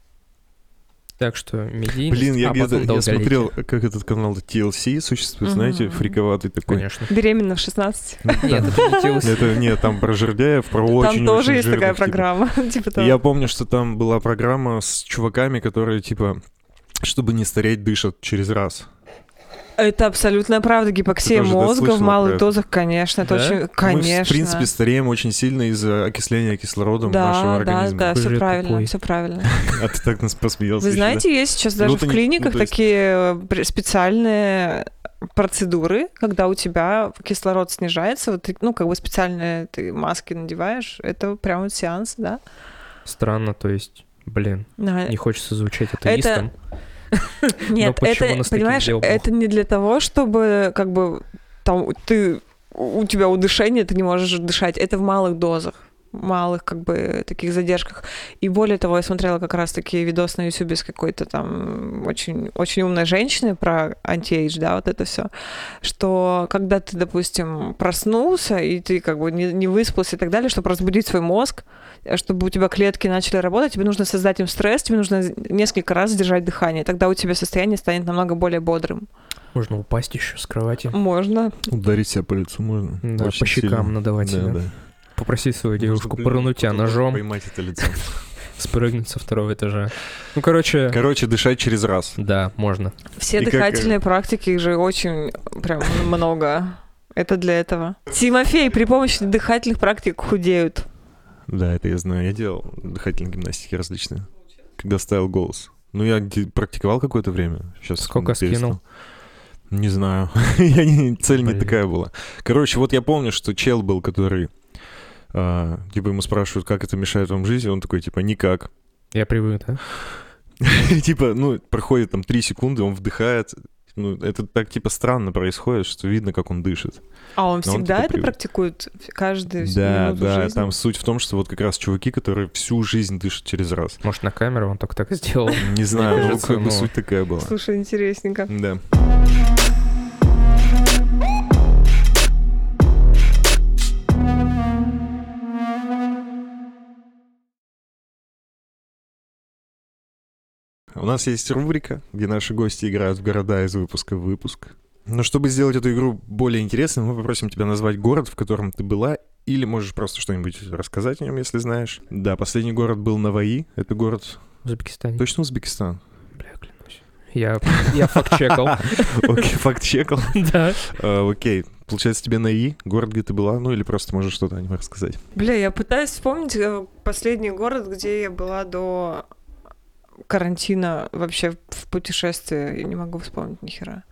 Speaker 3: Так что медийность,
Speaker 1: Блин, я
Speaker 3: а
Speaker 1: где-то
Speaker 3: потом
Speaker 1: я
Speaker 3: долголетие.
Speaker 1: смотрел, как этот канал TLC существует,
Speaker 2: Мгм.
Speaker 1: знаете, фриковатый такой.
Speaker 3: Конечно.
Speaker 2: Беременна в 16.
Speaker 1: Ну,
Speaker 3: Нет,
Speaker 1: да.
Speaker 3: это не телс-
Speaker 1: Это нет, там про жердяев, про очень
Speaker 2: Там тоже
Speaker 1: очень
Speaker 2: есть такая
Speaker 1: жирных, типа.
Speaker 2: программа. Типа того.
Speaker 1: Я помню, что там была программа с чуваками, которые типа чтобы не стареть, дышат через раз.
Speaker 2: Это абсолютная правда. Гипоксия
Speaker 1: тоже, да,
Speaker 2: мозга в
Speaker 1: слышала про
Speaker 2: малых
Speaker 1: это?
Speaker 2: дозах, конечно. Это
Speaker 3: Да?
Speaker 2: очень...
Speaker 1: Мы, в
Speaker 2: Конечно.
Speaker 1: принципе, стареем очень сильно из-за окисления кислородом нашего
Speaker 2: да, да,
Speaker 1: организма.
Speaker 2: да,
Speaker 3: Вы
Speaker 2: все
Speaker 3: же
Speaker 2: правильно,
Speaker 3: тупой.
Speaker 2: все правильно.
Speaker 1: А ты так нас посмеялся.
Speaker 2: Вы
Speaker 1: еще,
Speaker 2: знаете, есть сейчас даже
Speaker 1: Ну,
Speaker 2: в
Speaker 1: ты не- ну,
Speaker 2: клиниках
Speaker 1: то есть-
Speaker 2: такие э, пр- специальные процедуры, когда у тебя кислород снижается, вот ты, ну, как бы специальные ты маски надеваешь, это прям вот сеанс, да?
Speaker 3: Странно, то есть, блин,
Speaker 2: Да.
Speaker 3: не хочется звучать атеистом.
Speaker 2: Нет,
Speaker 3: почему
Speaker 2: это,
Speaker 3: нас таким
Speaker 2: понимаешь,
Speaker 3: сделал Бог?
Speaker 2: это не для того, чтобы как бы там ты у тебя удушение, ты не можешь дышать. Это в малых дозах малых как бы таких задержках. И более того, я смотрела как раз таки видос на ютубе с какой-то там очень, очень умной женщиной про антиэйдж, да, вот это все, что когда ты, допустим, проснулся, и ты как бы не, не выспался и так далее, чтобы разбудить свой мозг, э, чтобы у тебя клетки начали работать, тебе нужно создать им стресс, тебе нужно несколько раз сдержать дыхание, тогда у тебя состояние станет намного более бодрым.
Speaker 3: Можно упасть еще с кровати.
Speaker 2: Можно.
Speaker 1: да. Ударить себя по лицу можно.
Speaker 3: Да,
Speaker 1: Очень
Speaker 3: по щекам
Speaker 1: сильно.
Speaker 3: надавать.
Speaker 1: Да,
Speaker 3: себя.
Speaker 1: да.
Speaker 3: Попросить свою девушку
Speaker 1: Можно, блин,
Speaker 3: пырнуть тебя
Speaker 1: потом
Speaker 3: ножом,
Speaker 1: Поймать это лицо.
Speaker 3: спрыгнуть со второго этажа. Ну, короче,
Speaker 1: Короче, дышать через раз.
Speaker 3: да, можно.
Speaker 2: Все
Speaker 1: И как, э,
Speaker 2: дыхательные практики их же очень прям много. Это для этого. Тимофей, при помощи дыхательных практик худеют.
Speaker 1: Да, это я знаю. Я делал дыхательные гимнастики различные, когда ставил голос. Ну, я ди- практиковал какое-то время. Сейчас
Speaker 3: Сколько скинул?
Speaker 1: Не знаю. я не, цель не
Speaker 3: Блин.
Speaker 1: такая была. Короче, вот я помню, что чел был, который... а, типа ему спрашивают, как это мешает вам в жизни, он такой, типа, никак.
Speaker 3: Я привык, да?
Speaker 1: типа, ну, проходит там 3 секунды, он вдыхает. Ну, это так, типа, странно происходит, что видно, как он дышит.
Speaker 2: А он
Speaker 1: Но он
Speaker 2: всегда
Speaker 1: типа
Speaker 2: это
Speaker 1: привык.
Speaker 2: практикует каждый
Speaker 1: Да, да, там суть в том, что вот как раз чуваки, которые всю жизнь дышат через раз.
Speaker 3: Может, на камеру он только так и сделал.
Speaker 1: Не знаю, ну,
Speaker 3: кажется,
Speaker 1: как бы
Speaker 3: ну,
Speaker 1: суть такая была.
Speaker 2: Слушай, интересненько.
Speaker 1: Да. У нас есть рубрика, где наши гости играют в города из выпуска в выпуск. Но чтобы сделать эту игру более интересной, мы попросим тебя назвать город, в котором ты была, или можешь просто что-нибудь рассказать о нем, если знаешь. Да, последний город был Наваи. Это город...
Speaker 3: В Узбекистане.
Speaker 1: Точно Узбекистан?
Speaker 3: Бля, клянусь. Я, я факт-чекал.
Speaker 1: Окей, факт чекал.
Speaker 3: Да.
Speaker 1: А, Окей. Получается, тебе на И, город, где ты была, ну или просто можешь что-то о нем рассказать.
Speaker 2: Бля, я пытаюсь вспомнить э, последний город, где я была до карантина вообще в путешествии. Я не могу вспомнить ни хера.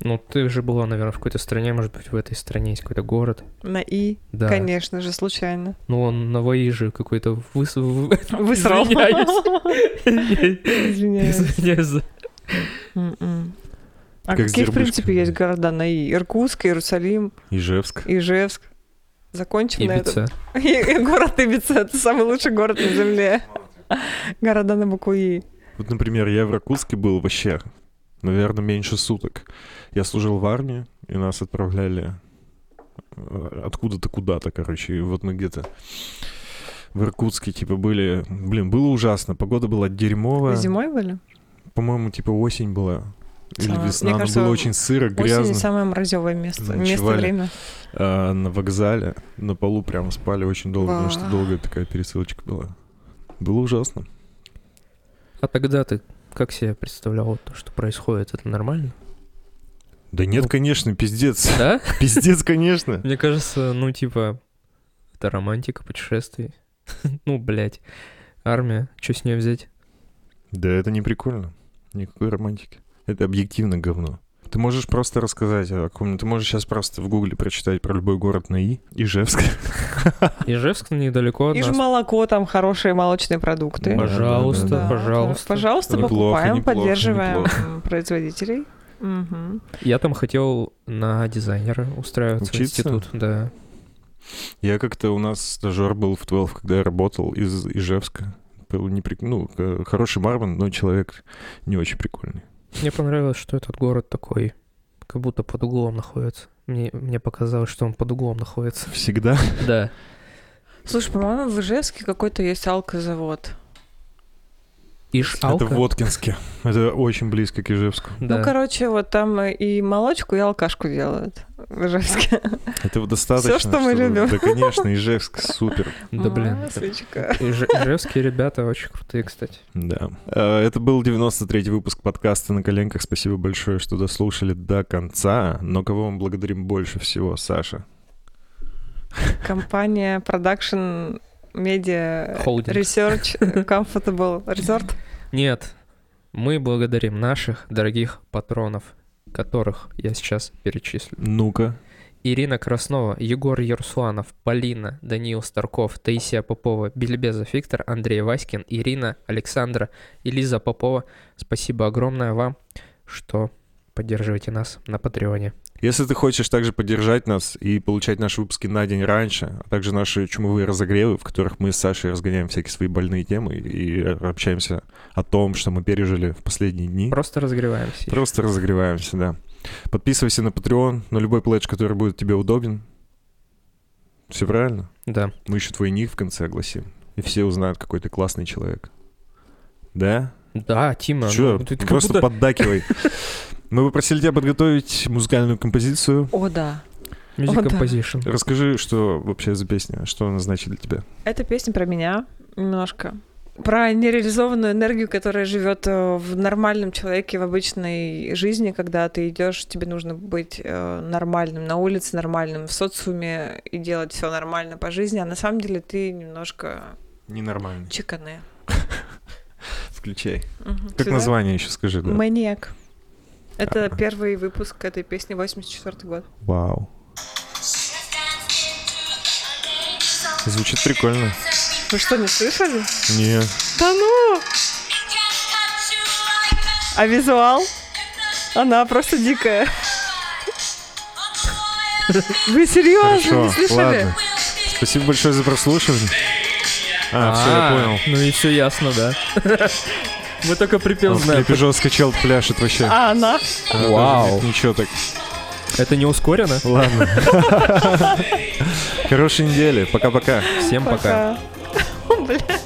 Speaker 3: Ну, ты же была, наверное, в какой-то стране, может быть, в этой стране есть какой-то город.
Speaker 2: На И,
Speaker 3: Да.
Speaker 2: конечно же, случайно.
Speaker 3: Ну, он на Воиже какой-то выс... в-
Speaker 2: Высрал.
Speaker 3: Извиняюсь.
Speaker 2: Извиняюсь.
Speaker 3: Извиняюсь за-
Speaker 2: М-м. А
Speaker 1: Как с
Speaker 2: какие, в
Speaker 1: дербышкой.
Speaker 2: принципе, есть города на И? Иркутск, Иерусалим,
Speaker 1: Ижевск.
Speaker 2: Ижевск. Закончим на этом.
Speaker 3: Ибица.
Speaker 2: И- и город Ибица — это самый лучший город на Земле. Города на букву И.
Speaker 1: Вот, например, я в Иркутске был вообще, наверное, меньше суток. Я служил в армии, и нас отправляли э, откуда-то куда-то, короче. И вот мы где-то в Иркутске, типа, были... Блин, было ужасно. Погода была дерьмовая.
Speaker 2: Зимой были?
Speaker 1: По-моему, типа, осень была. Или
Speaker 2: А, мне
Speaker 1: весна. Но
Speaker 2: кажется,
Speaker 1: было очень сыро,
Speaker 2: Осень —
Speaker 1: грязно.
Speaker 2: самое мразевое место. Место,
Speaker 1: Ночевали.
Speaker 2: время.
Speaker 1: А, на вокзале на полу прямо спали очень долго, потому что
Speaker 2: Ба.
Speaker 1: долгая такая пересылочка была. Было ужасно.
Speaker 3: А тогда ты как себе представлял вот то, что происходит? Это нормально?
Speaker 1: Да нет,
Speaker 3: Ну.
Speaker 1: конечно, пиздец.
Speaker 3: Да?
Speaker 1: Пиздец, конечно.
Speaker 3: Мне кажется, ну, типа, это романтика путешествий. Ну, блядь. Армия, что с нее взять?
Speaker 1: Да это не прикольно. Никакой романтики. Это объективно говно. Ты можешь просто рассказать о каком Ты можешь сейчас просто в гугле прочитать про любой город на И, Ижевск.
Speaker 3: Ижевск недалеко от
Speaker 2: И же
Speaker 3: нас.
Speaker 2: молоко, там хорошие молочные продукты.
Speaker 1: Боже,
Speaker 3: Пожалуйста,
Speaker 1: Да, да, да.
Speaker 3: пожалуйста.
Speaker 2: Пожалуйста,
Speaker 1: Неплохо,
Speaker 2: покупаем,
Speaker 1: неплохо,
Speaker 2: поддерживаем
Speaker 1: неплохо.
Speaker 2: м, производителей. Мгм.
Speaker 3: Я там хотел на дизайнера устраиваться
Speaker 1: Учиться?
Speaker 3: в институт, да.
Speaker 1: Я как-то у нас стажер был в 12, когда я работал из Ижевска. Был не прик- Ну, к- хороший бармен, но человек не очень прикольный.
Speaker 3: Мне понравилось, что этот город такой, как будто под углом находится. Мне, мне показалось, что он под углом находится.
Speaker 1: Всегда.
Speaker 3: Да.
Speaker 2: Слушай, по-моему, в Ижевске какой-то есть алкозавод.
Speaker 3: Ишалка.
Speaker 1: Это в Воткинске. Это очень близко к Ижевску.
Speaker 3: Да.
Speaker 2: Ну, короче, вот там и молочку, и алкашку делают в Ижевске.
Speaker 1: Это вот достаточно.
Speaker 2: что мы
Speaker 1: чтобы-
Speaker 2: любим.
Speaker 1: Да, конечно, Ижевск супер.
Speaker 3: да, блин.
Speaker 2: Масочка.
Speaker 3: Иж- Ижевские ребята очень крутые, кстати.
Speaker 1: Да. Э, Это был 93-й выпуск подкаста «На коленках». Спасибо большое, что дослушали до конца. Но кого мы благодарим больше всего, Саша?
Speaker 2: Компания Production Media
Speaker 3: Холдинг.
Speaker 2: Research э, Comfortable Resort.
Speaker 3: Нет, мы благодарим наших дорогих патронов, которых я сейчас перечислю.
Speaker 1: Ну-ка.
Speaker 3: Ирина Краснова, Егор Ярусланов, Полина, Даниил Старков, Таисия Попова, Бельбеза Виктор, Андрей Васькин, Ирина, Александра, Элиза Попова. Спасибо огромное вам, что поддерживаете нас на Патреоне.
Speaker 1: Если ты хочешь также поддержать нас и получать наши выпуски на день раньше, а также наши чумовые разогревы, в которых мы с Сашей разгоняем всякие свои больные темы и общаемся о том, что мы пережили в последние дни.
Speaker 3: Просто разогреваемся.
Speaker 1: Просто разогреваемся, да. Подписывайся на Patreon, на любой пледж, который будет тебе удобен. Все правильно?
Speaker 3: Да.
Speaker 1: Мы еще твой ник в конце огласим. И все узнают, какой ты классный человек. Да?
Speaker 3: Да, Тима.
Speaker 1: Чё,
Speaker 3: ну, ты как
Speaker 1: просто
Speaker 3: будто-
Speaker 1: поддакивай. Мы попросили тебя подготовить музыкальную композицию.
Speaker 2: О, да.
Speaker 3: Music
Speaker 2: О, да.
Speaker 3: composition.
Speaker 1: Расскажи, что вообще за песня, что она значит для тебя.
Speaker 2: Эта песня про меня немножко. Про нереализованную энергию, которая живет э, в нормальном человеке, в обычной жизни, когда ты идешь, тебе нужно быть э, нормальным на улице, нормальным в социуме и делать все нормально по жизни, а на самом деле ты немножко
Speaker 1: Ненормально.
Speaker 2: чеканы.
Speaker 1: Включай.
Speaker 2: Мгм.
Speaker 1: Как
Speaker 2: Сюда?
Speaker 1: название еще скажи, да?
Speaker 2: Маньяк. Это
Speaker 1: Ага.
Speaker 2: первый выпуск этой песни, 84 год.
Speaker 1: Вау. Звучит прикольно.
Speaker 2: Вы что, не слышали?
Speaker 1: Не.
Speaker 2: Да ну! А визуал? Она просто дикая. Вы серьезно
Speaker 1: Хорошо,
Speaker 2: не слышали?
Speaker 1: ладно. Спасибо большое за прослушивание. А, все, я понял.
Speaker 3: Ну и все ясно, да. Мы только припев
Speaker 1: Он в
Speaker 3: знаем.
Speaker 1: Клепежо скачал пляшет вообще.
Speaker 2: А она?
Speaker 1: Она
Speaker 3: Вау.
Speaker 1: даже нет, Ничего так.
Speaker 3: Это не ускорено?
Speaker 1: Ладно. Хорошей недели. Пока-пока.
Speaker 3: Всем пока.
Speaker 2: Пока. Бля.